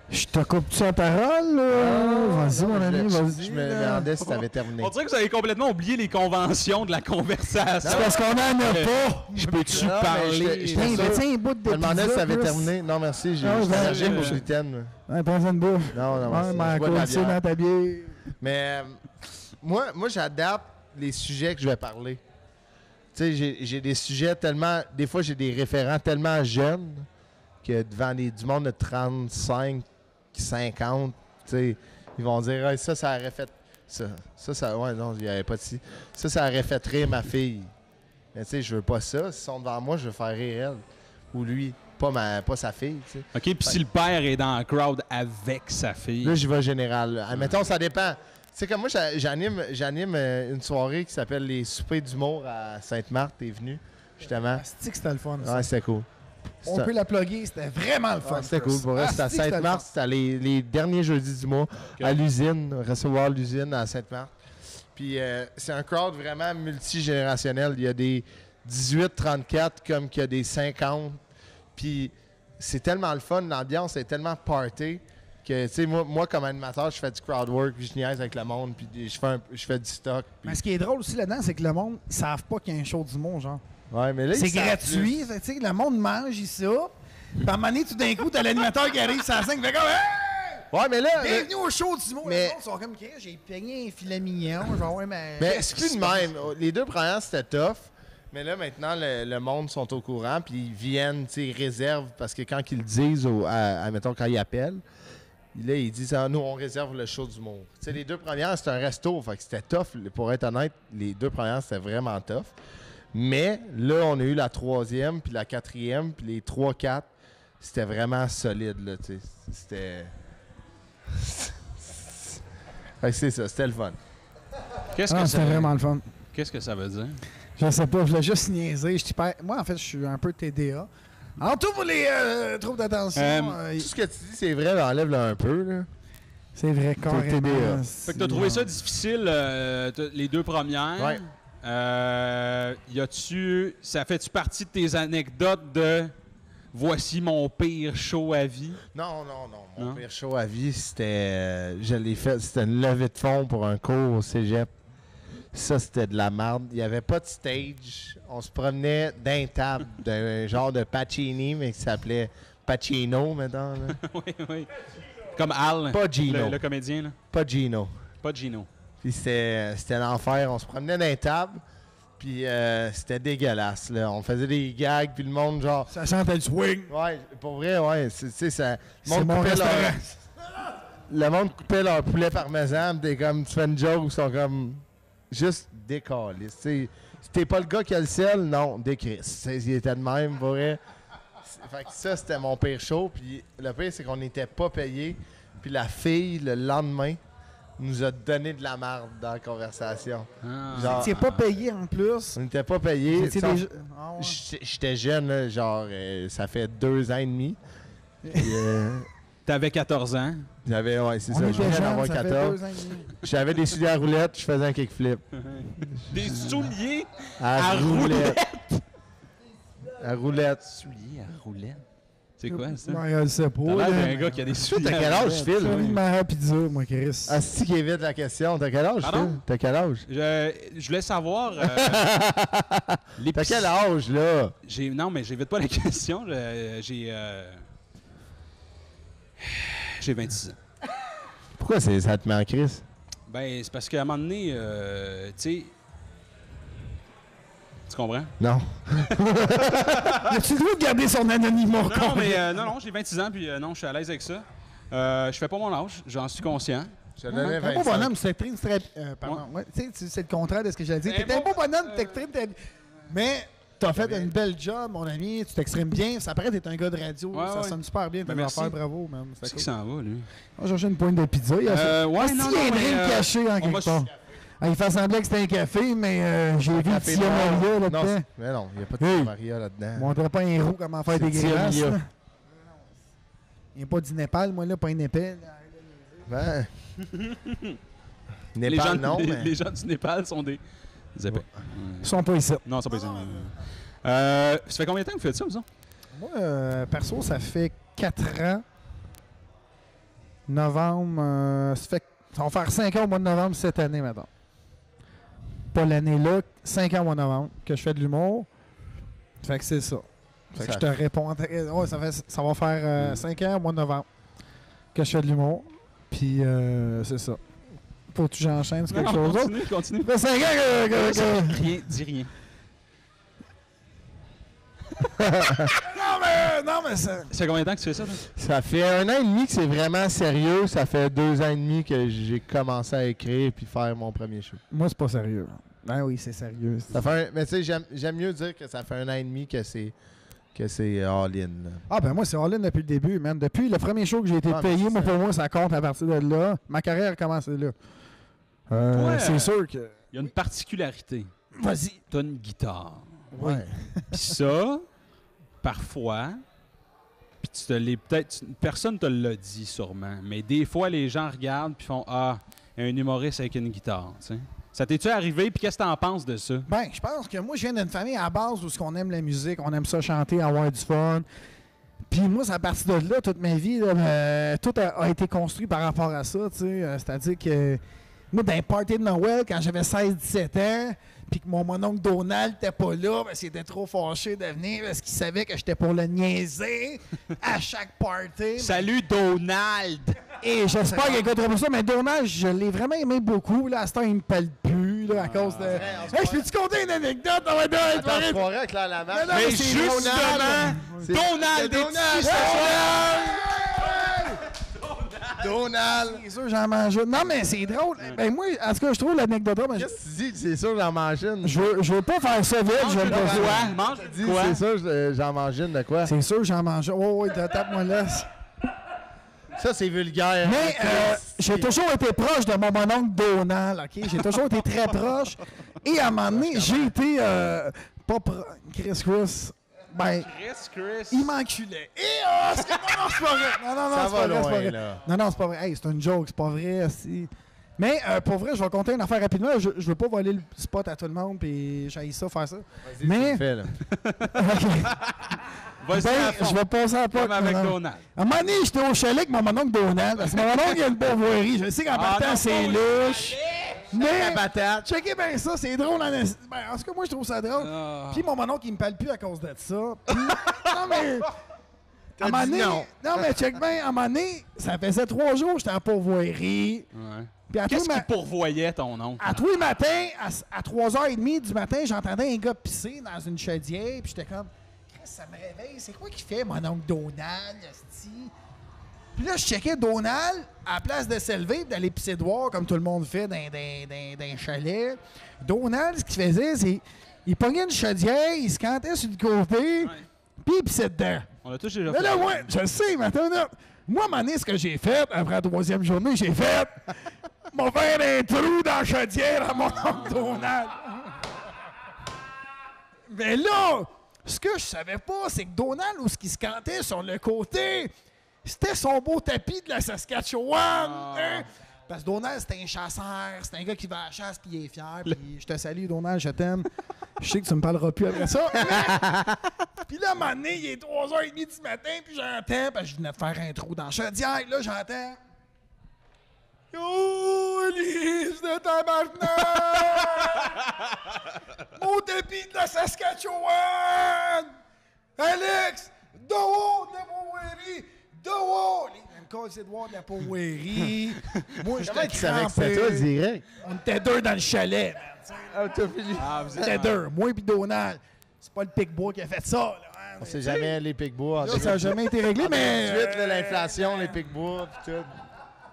Speaker 2: Je te coupe-tu la parole? là?
Speaker 3: Ah,
Speaker 2: vas-y,
Speaker 3: Non,
Speaker 2: mon
Speaker 3: je-
Speaker 2: ami,
Speaker 3: je-
Speaker 2: vas-y.
Speaker 3: Je me
Speaker 2: là.
Speaker 3: demandais si t'avais terminé.
Speaker 1: On dirait que vous avez complètement oublié les conventions de la
Speaker 2: C'est
Speaker 1: conversation.
Speaker 2: parce qu'on en a
Speaker 1: Euh,
Speaker 2: pas.
Speaker 1: Je peux-tu
Speaker 3: Non, mais
Speaker 1: parler?
Speaker 3: je
Speaker 2: Tiens,
Speaker 3: sûr.
Speaker 2: mais tiens, un bout de
Speaker 3: Je me demandais si
Speaker 2: pizza,
Speaker 3: t'avais
Speaker 2: Chris.
Speaker 3: terminé. Non, merci. J'ai
Speaker 2: Ah,
Speaker 3: j'ai
Speaker 2: ouais,
Speaker 3: énergique
Speaker 1: ouais.
Speaker 3: pour ce week-end.
Speaker 2: Ouais, prends une bouffe.
Speaker 3: Non, non,
Speaker 2: Ouais,
Speaker 3: merci. Je
Speaker 2: mais
Speaker 3: bois de la
Speaker 2: continue
Speaker 3: bière.
Speaker 2: dans ta bière.
Speaker 3: Mais euh, moi, moi j'adapte les sujets que je vais parler. Tu sais, j'ai- j'ai des sujets tellement. Des fois, j'ai des référents tellement jeunes que devant des, du monde de 35, 50, tu sais, ils vont dire Ah, ça, ça aurait fait. Ça, ça, ça ouais, non, il n'y avait pas de si. Ça, ça aurait fait rire ma fille. Mais tu sais, je veux pas ça. S'ils sont devant moi, je veux faire rire elle. Ou lui, pas, ma, pas sa fille, tu sais.
Speaker 1: OK, puis si le père est dans la crowd avec sa fille.
Speaker 3: Là, je vais général. là. Admettons, Ah, ça dépend. sais, comme moi, j'a- j'anime, j'anime euh, une soirée qui s'appelle les soupers d'humour à Sainte-Marthe. T'es venu, justement.
Speaker 2: Asti Ah, que c'était le fun. ça.
Speaker 3: Ouais, c'était cool.
Speaker 2: On
Speaker 3: C'était-
Speaker 2: peut la plugger, c'était vraiment le fun.
Speaker 3: Ouais, C'était
Speaker 2: Chris.
Speaker 3: cool. Pour vrai, c'était à
Speaker 2: Asti que c'était le
Speaker 3: Sainte-Marthe. C'était les, les derniers jeudis du mois à l'usine, recevoir l'usine à Sainte-Marthe. Puis euh, c'est un crowd vraiment multigénérationnel. Il y a des 18-34 comme qu'il y a des 50. Puis c'est tellement le fun, l'ambiance est tellement party que, tu sais, moi, moi, comme animateur, je fais du crowd work, puis je niaise avec le monde, puis des- je fais, un- je fais du stock. puis-
Speaker 2: Mais ce qui est drôle aussi là-dedans, c'est que le monde, ils savent pas qu'il y a un show du monde, genre.
Speaker 3: Ouais, mais là,
Speaker 2: C'est
Speaker 3: ils savent
Speaker 2: gratuit, fait que, tu sais, le monde mange ici. Puis à un moment donné, tout d'un coup, t'as l'animateur qui arrive sur la scène, qui fait comme Hey!
Speaker 3: plus. Ouais, mais là.
Speaker 2: Bienvenue au show du monde!
Speaker 3: Euh, Mais-
Speaker 2: Les gens sont comme Chris, j'ai peigné un filet mignon, je vais avoir ma.
Speaker 3: Mais
Speaker 2: Qu'est-ce
Speaker 3: c'est
Speaker 2: qui
Speaker 3: plus
Speaker 2: se
Speaker 3: de
Speaker 2: passe?
Speaker 3: même. oh, Les deux premières, c'était tough. Mais là, maintenant, le, le monde sont au courant, puis ils viennent, tu sais, ils réservent, parce que quand ils le disent, au, à, à, mettons, quand ils appellent, là, ils disent, ah, nous, on réserve le show du monde. Tu sais, les deux premières, c'était un resto, fait que c'était tough. Pour être honnête, les deux premières, c'était vraiment tough. Mais là, on a eu la troisième, puis la quatrième, puis les trois, quatre. C'était vraiment solide, là, tu sais. C'était... fait que c'est ça, c'était le fun.
Speaker 1: Qu'est-ce que
Speaker 2: Ah,
Speaker 1: ça
Speaker 2: c'était vraiment le fun.
Speaker 1: Qu'est-ce que ça veut dire?
Speaker 2: Je sais pas, je voulais juste niaiser. j'étais hyper- Moi, en fait, je suis un peu TDA. En tout pour les euh, troubles d'attention,
Speaker 1: Euh,
Speaker 2: euh,
Speaker 3: Tout ce que tu dis, c'est vrai, mais enlève-le un peu. Là.
Speaker 2: c'est vrai,
Speaker 3: TDA.
Speaker 2: carrément.
Speaker 1: Fait que t'as trouvé ça difficile, euh, t'as- les deux premières.
Speaker 3: Ouais.
Speaker 1: Euh, y a-tu, ça fait-tu partie de tes anecdotes de voici mon pire show à vie?
Speaker 3: Non, non, non. Mon
Speaker 1: Non?
Speaker 3: pire show à vie, c'était. euh, je l'ai fait. C'était une levée de fonds pour un cours au cégep. Ça, c'était de la merde. Il n'y avait pas de stage. On se promenait d'un table, d'un genre de Pacini, mais qui s'appelait Pacino maintenant. là.
Speaker 1: oui, oui. Comme Al,
Speaker 3: Pas Gino.
Speaker 1: le, le comédien, là.
Speaker 3: Pas Gino.
Speaker 1: Pas Gino.
Speaker 3: Puis c'était euh, c'était l'enfer. On se promenait d'un table. Puis euh, c'était dégueulasse. Là. On faisait des gags. Puis le monde, genre.
Speaker 2: Ça chantait le swing.
Speaker 3: Ouais, pour vrai, ouais. C'est, tu sais, ça, le
Speaker 2: C'est mon
Speaker 3: coupait leur-
Speaker 2: restaurant.
Speaker 3: Le monde coupait leur poulet parmesan, pis t'es comme, tu fais une joke, ils sont comme, juste décalés. Si t'es pas le gars qui a le sel, non, décris. Tu sais, Il était de même, pour vrai. C'est- Fait que ça, c'était mon pire show, puis le pire, c'est qu'on n'était pas payé, puis la fille, le lendemain, nous a donné de la marde dans la conversation.
Speaker 1: Ah.
Speaker 3: Genre,
Speaker 2: C'est pas payé en plus.
Speaker 3: on n'était pas payé.
Speaker 2: C'était
Speaker 3: Son-
Speaker 2: des jeux- Ah ouais.
Speaker 3: J'étais j'étais jeune, là, genre, euh, ça fait deux ans et demi. Puis, euh,
Speaker 1: T'avais 14 ans.
Speaker 3: J'avais, ouais, c'est
Speaker 2: On
Speaker 3: ça, je
Speaker 2: était
Speaker 3: venais
Speaker 2: jeunes,
Speaker 3: d'avoir
Speaker 2: ça fait
Speaker 3: 14.
Speaker 2: deux ans et demi.
Speaker 3: J'avais des souliers à roulettes, je faisais un kickflip.
Speaker 1: Des souliers
Speaker 3: À,
Speaker 1: À
Speaker 3: roulette. À roulette.
Speaker 1: Souliers à roulette. C'est quoi ça?
Speaker 2: Ouais, je le sais pas.
Speaker 1: T'as l'air
Speaker 2: là.
Speaker 1: d'un gars qui hein. a des souliers.
Speaker 3: T'as
Speaker 1: à
Speaker 3: quel âge,
Speaker 1: roulette.
Speaker 3: Phil?
Speaker 2: J'ai envie de ma pizza, moi, Chris.
Speaker 3: Ah, si qui évite la question. T'as quel âge,
Speaker 1: Pardon?
Speaker 3: Phil? T'as quel âge?
Speaker 1: Je, je voulais savoir. euh,
Speaker 3: T'as
Speaker 1: l'épic-
Speaker 3: quel âge, là?
Speaker 1: J'ai- Non, mais j'évite pas la question. je- J'ai. euh, J'ai 26 ans.
Speaker 3: Pourquoi c'est, ça te met en crise?
Speaker 1: Ben, c'est parce qu'à un moment donné, euh, tu sais. Tu comprends?
Speaker 3: Non.
Speaker 2: tu le droit de garder son anonymat
Speaker 1: Non, mais euh, non, non, j'ai 26 ans, puis euh, non, je suis à l'aise avec ça. Euh, je fais pas mon âge, j'en suis conscient.
Speaker 3: Je te donnais
Speaker 2: Un beau
Speaker 3: 25.
Speaker 2: bonhomme, c'est très. très euh, pardon. Ouais, tu sais, tu- c'est le contraire de ce que j'allais dire.
Speaker 1: Mais
Speaker 2: T'étais un
Speaker 1: bon,
Speaker 2: beau bonhomme,
Speaker 1: euh,
Speaker 2: t'es très. t'es- Mais t'as fait une belle job, mon ami. Tu t'exprimes bien. Ça paraît, t'es un gars de radio.
Speaker 1: Ouais,
Speaker 2: ça
Speaker 1: ouais.
Speaker 2: sonne super bien. Tes
Speaker 1: Ben, merci.
Speaker 2: affaires, bravo, man.
Speaker 1: C'est
Speaker 2: C'est
Speaker 1: qui
Speaker 2: cool.
Speaker 1: s'en va, lui?
Speaker 2: On va chercher une pointe de pizza. Il y a
Speaker 1: Euh, ouais,
Speaker 2: Ah, si,
Speaker 1: non,
Speaker 2: il y a
Speaker 1: non,
Speaker 2: un
Speaker 1: mais,
Speaker 2: drink
Speaker 1: euh,
Speaker 2: caché en
Speaker 1: on va
Speaker 2: hein, quelque part.
Speaker 1: sur-
Speaker 2: Ah, il fait semblant que c'était un café, mais euh, j'ai vu
Speaker 3: Café
Speaker 2: Tia
Speaker 3: noir.
Speaker 2: Maria
Speaker 3: Non,
Speaker 2: là-dedans.
Speaker 3: c'est- mais non, il n'y a pas de
Speaker 2: Hey.
Speaker 3: Maria là-dedans.
Speaker 2: Je montrerai pas un roux comment faire
Speaker 3: C'est
Speaker 2: des
Speaker 3: Tia
Speaker 2: grimaces.
Speaker 3: Maria.
Speaker 2: là. Il n'y a pas du Népal, moi, là, pas un épais. là.
Speaker 3: Ben. Népal,
Speaker 1: les, gens,
Speaker 3: non,
Speaker 1: les,
Speaker 3: mais...
Speaker 1: les gens du Népal sont des. des épais.
Speaker 2: Ils sont pas ici.
Speaker 1: Non, ça pas ça. Euh, ça fait combien de temps que vous faites ça, vous autres?
Speaker 2: Moi, euh, perso, ça fait 4 ans. Novembre, euh, ça fait. Ça va faire 5 ans au mois de novembre cette année, maintenant. Pas l'année-là, 5 ans au mois de novembre que je fais de l'humour. Fait que c'est ça. Mm. Fait que
Speaker 3: Ça-
Speaker 2: je te réponds. en ta- Ouais, ça, fait- ça va faire 5 ans au mois de novembre que je fais de l'humour. Puis euh, c'est ça. Faut que j'enchaîne sur quelque
Speaker 1: Non,
Speaker 2: chose d'autre. Euh,
Speaker 1: continue, continue.
Speaker 2: Ça fait 5 ans que. que- que-
Speaker 1: Rien, dis rien.
Speaker 2: Non, mais, non, mais ça.
Speaker 1: Ça fait combien de temps que tu fais ça? toi?
Speaker 3: Ça fait un an et demi que c'est vraiment sérieux. Ça fait deux ans et demi que j'ai commencé à écrire puis faire mon premier show.
Speaker 2: Moi, c'est pas sérieux. Ah oui, c'est sérieux.
Speaker 3: Ça fait un- Mais tu sais, j'aime- j'aime mieux dire que ça fait un an et demi que c'est que c'est all-in. là.
Speaker 2: Ah ben moi c'est all-in depuis le début, man. Depuis le premier show que j'ai été
Speaker 3: Ah, mais
Speaker 2: payé,
Speaker 3: c'est
Speaker 2: moi
Speaker 3: ça.
Speaker 2: pour moi ça compte à partir de là. Ma carrière a commencé là. Euh,
Speaker 1: Ouais.
Speaker 2: C'est sûr que.
Speaker 1: Il y a une particularité.
Speaker 2: Vas-y.
Speaker 1: T'as une guitare.
Speaker 2: Ouais.
Speaker 1: Puis ça, parfois, puis tu te l'es peut-être. Personne te l'a dit sûrement, mais des fois, les gens regardent puis font Ah, un humoriste avec une guitare. tu sais. Ça t'es-tu arrivé? Puis qu'est-ce que t'en penses de ça?
Speaker 2: Ben, je pense que moi, je viens d'une famille à la base où ce qu'on aime la musique, on aime ça chanter, avoir du fun. Puis moi, c'est à partir de là, toute ma vie, là, euh, tout a, a été construit par rapport à ça, tu sais. Euh, C'est-à-dire que moi, dans les parties de Noël, quand j'avais 16-17 ans, puis que mon mononcle Donald n'était pas là parce qu'il était trop fâché de venir, parce qu'il savait que j'étais pour le niaiser à chaque party.
Speaker 1: Salut Donald!
Speaker 2: Et j'espère qu'il écoutera pas ça, mais Donald, je l'ai vraiment aimé beaucoup. Là, à ce temps, il me pèle plus là, à cause de.
Speaker 3: on se
Speaker 2: Hey, je peux-tu compter une anecdote? Ah ouais, Donald,
Speaker 3: Attends,
Speaker 2: arrête.
Speaker 3: je croirais avec la
Speaker 2: Non, non,
Speaker 3: lamache.
Speaker 1: Mais
Speaker 2: c'est
Speaker 1: justement,
Speaker 3: C'est-
Speaker 1: Donald
Speaker 3: c'est
Speaker 1: est
Speaker 3: Donald.
Speaker 1: ici ce soir!
Speaker 3: Donald!
Speaker 2: C'est sûr, j'en mange. une. Non, mais c'est drôle. Ben, moi, en tout cas, je trouve l'anecdote drôle. mais
Speaker 3: Qu'est-ce que tu dis? C'est sûr, j'en mange une.
Speaker 2: Je veux, je veux pas faire ça vite, je veux
Speaker 1: Mange
Speaker 2: pas
Speaker 1: de
Speaker 2: ça.
Speaker 1: quoi? Mange
Speaker 3: Dis,
Speaker 1: de quoi?
Speaker 3: C'est sûr, je- j'en mange une de quoi?
Speaker 2: C'est sûr, j'en mange. Oh, oui, tape-moi là.
Speaker 3: Ça, c'est vulgaire.
Speaker 2: Mais euh, j'ai toujours été proche de mon mononcle Donald, OK? J'ai toujours été très proche. Et à un moment donné, j'ai été euh, pas pro... Chris Chris. Ben,
Speaker 1: Chris, Chris.
Speaker 2: Il m'enculait. Et oh, c'est- non, non, c'est pas vrai. Non, non, non,
Speaker 3: Ça
Speaker 2: c'est
Speaker 3: va
Speaker 2: pas vrai, c'est
Speaker 3: loin,
Speaker 2: pas vrai.
Speaker 3: là.
Speaker 2: Non, non, c'est pas vrai. Hey, c'est une joke, c'est pas vrai. si. Mais euh, pour vrai, je vais compter une affaire rapidement. Je, je veux pas voler le spot à tout le monde, puis j'aille ça, faire ça. Mais,
Speaker 3: Fais, là.
Speaker 1: Vas-y,
Speaker 2: ben,
Speaker 1: à fond,
Speaker 2: je vais passer à la porte.
Speaker 1: comme avec
Speaker 2: non, non.
Speaker 1: Donald.
Speaker 2: À un moment donné, j'étais au chalet avec mon mononcle Donald. Parce que mon mononcle, il a une beauvoirie. Je sais qu'en
Speaker 1: Ah,
Speaker 2: partant,
Speaker 1: non,
Speaker 2: c'est
Speaker 1: faut-
Speaker 2: louche. Mais,
Speaker 3: patate.
Speaker 2: checkez bien ça, c'est drôle. En... esti. Ben, en tout cas, moi, je trouve ça drôle.
Speaker 1: Ah.
Speaker 2: Puis mon mononcle, il me parle plus à cause de ça. Puis- non, mais... À un moment
Speaker 3: dit
Speaker 2: donné-
Speaker 3: non.
Speaker 2: mais check bien, à un moment donné, ça faisait trois jours que j'étais en pourvoirie.
Speaker 1: Ouais.
Speaker 2: Puis à tous
Speaker 1: Qu'est-ce
Speaker 2: les ma-
Speaker 1: qui pourvoyait ton oncle?
Speaker 2: à tous les matins, à, s- à 3h30 du matin, j'entendais un gars pisser dans une chaudière, puis j'étais comme, Chris, ça me réveille, c'est quoi qu'il fait, mon oncle Donald, hostie? Puis là, je checkais Donald, à la place de s'élever et d'aller pisser dehors, comme tout le monde fait dans un chalet. Donald, ce qu'il faisait, c'est. Il pognait une chaudière, il se cantait sur le côté, puis il pissait dedans.
Speaker 1: On a tous déjà
Speaker 2: Mais
Speaker 1: fait.
Speaker 2: là, ouais, je le sais, mais attends, là. Moi, à un moment donné, ce que j'ai fait, après la troisième journée, j'ai fait. M'en faire un trou dans la chaudière à mon oncle Donald. Mais là, ce que je savais pas, c'est que Donald, où ce qui se cantait sur le côté, c'était son beau tapis de la Saskatchewan. hein. Parce que Donald, c'était un chasseur, c'était un gars qui va à la chasse, puis il est fier. Puis je te salue, Donald, je t'aime. Je sais que tu me parleras plus après ça. Puis là, à un moment donné, il est 3h30 du matin, puis j'entends, parce que je venais de faire un trou dans le chaudière, là, j'entends. Yo, Elise de tabarnak! Mon tapis de la Saskatchewan! Alex, de haut de la Poweri! De haut! Les- Elle me cassait de voir de la Poweri. Moi, je
Speaker 3: Comment tu savais que c'était toi, direct?
Speaker 2: On était deux dans le chalet, man.
Speaker 3: Ah, t'as fini.
Speaker 1: Ah, vous
Speaker 2: C'était
Speaker 1: êtes-
Speaker 2: deux. Moi et Donald. C'est pas le pic-bois qui a fait ça, là. hein.
Speaker 3: On sait jamais les pics-bois.
Speaker 2: Ça, ça n'a jamais été
Speaker 3: Ah,
Speaker 2: réglé,
Speaker 3: ben,
Speaker 2: mais euh,
Speaker 3: Ensuite, l'inflation, les pics-bois, pis tout. Ah,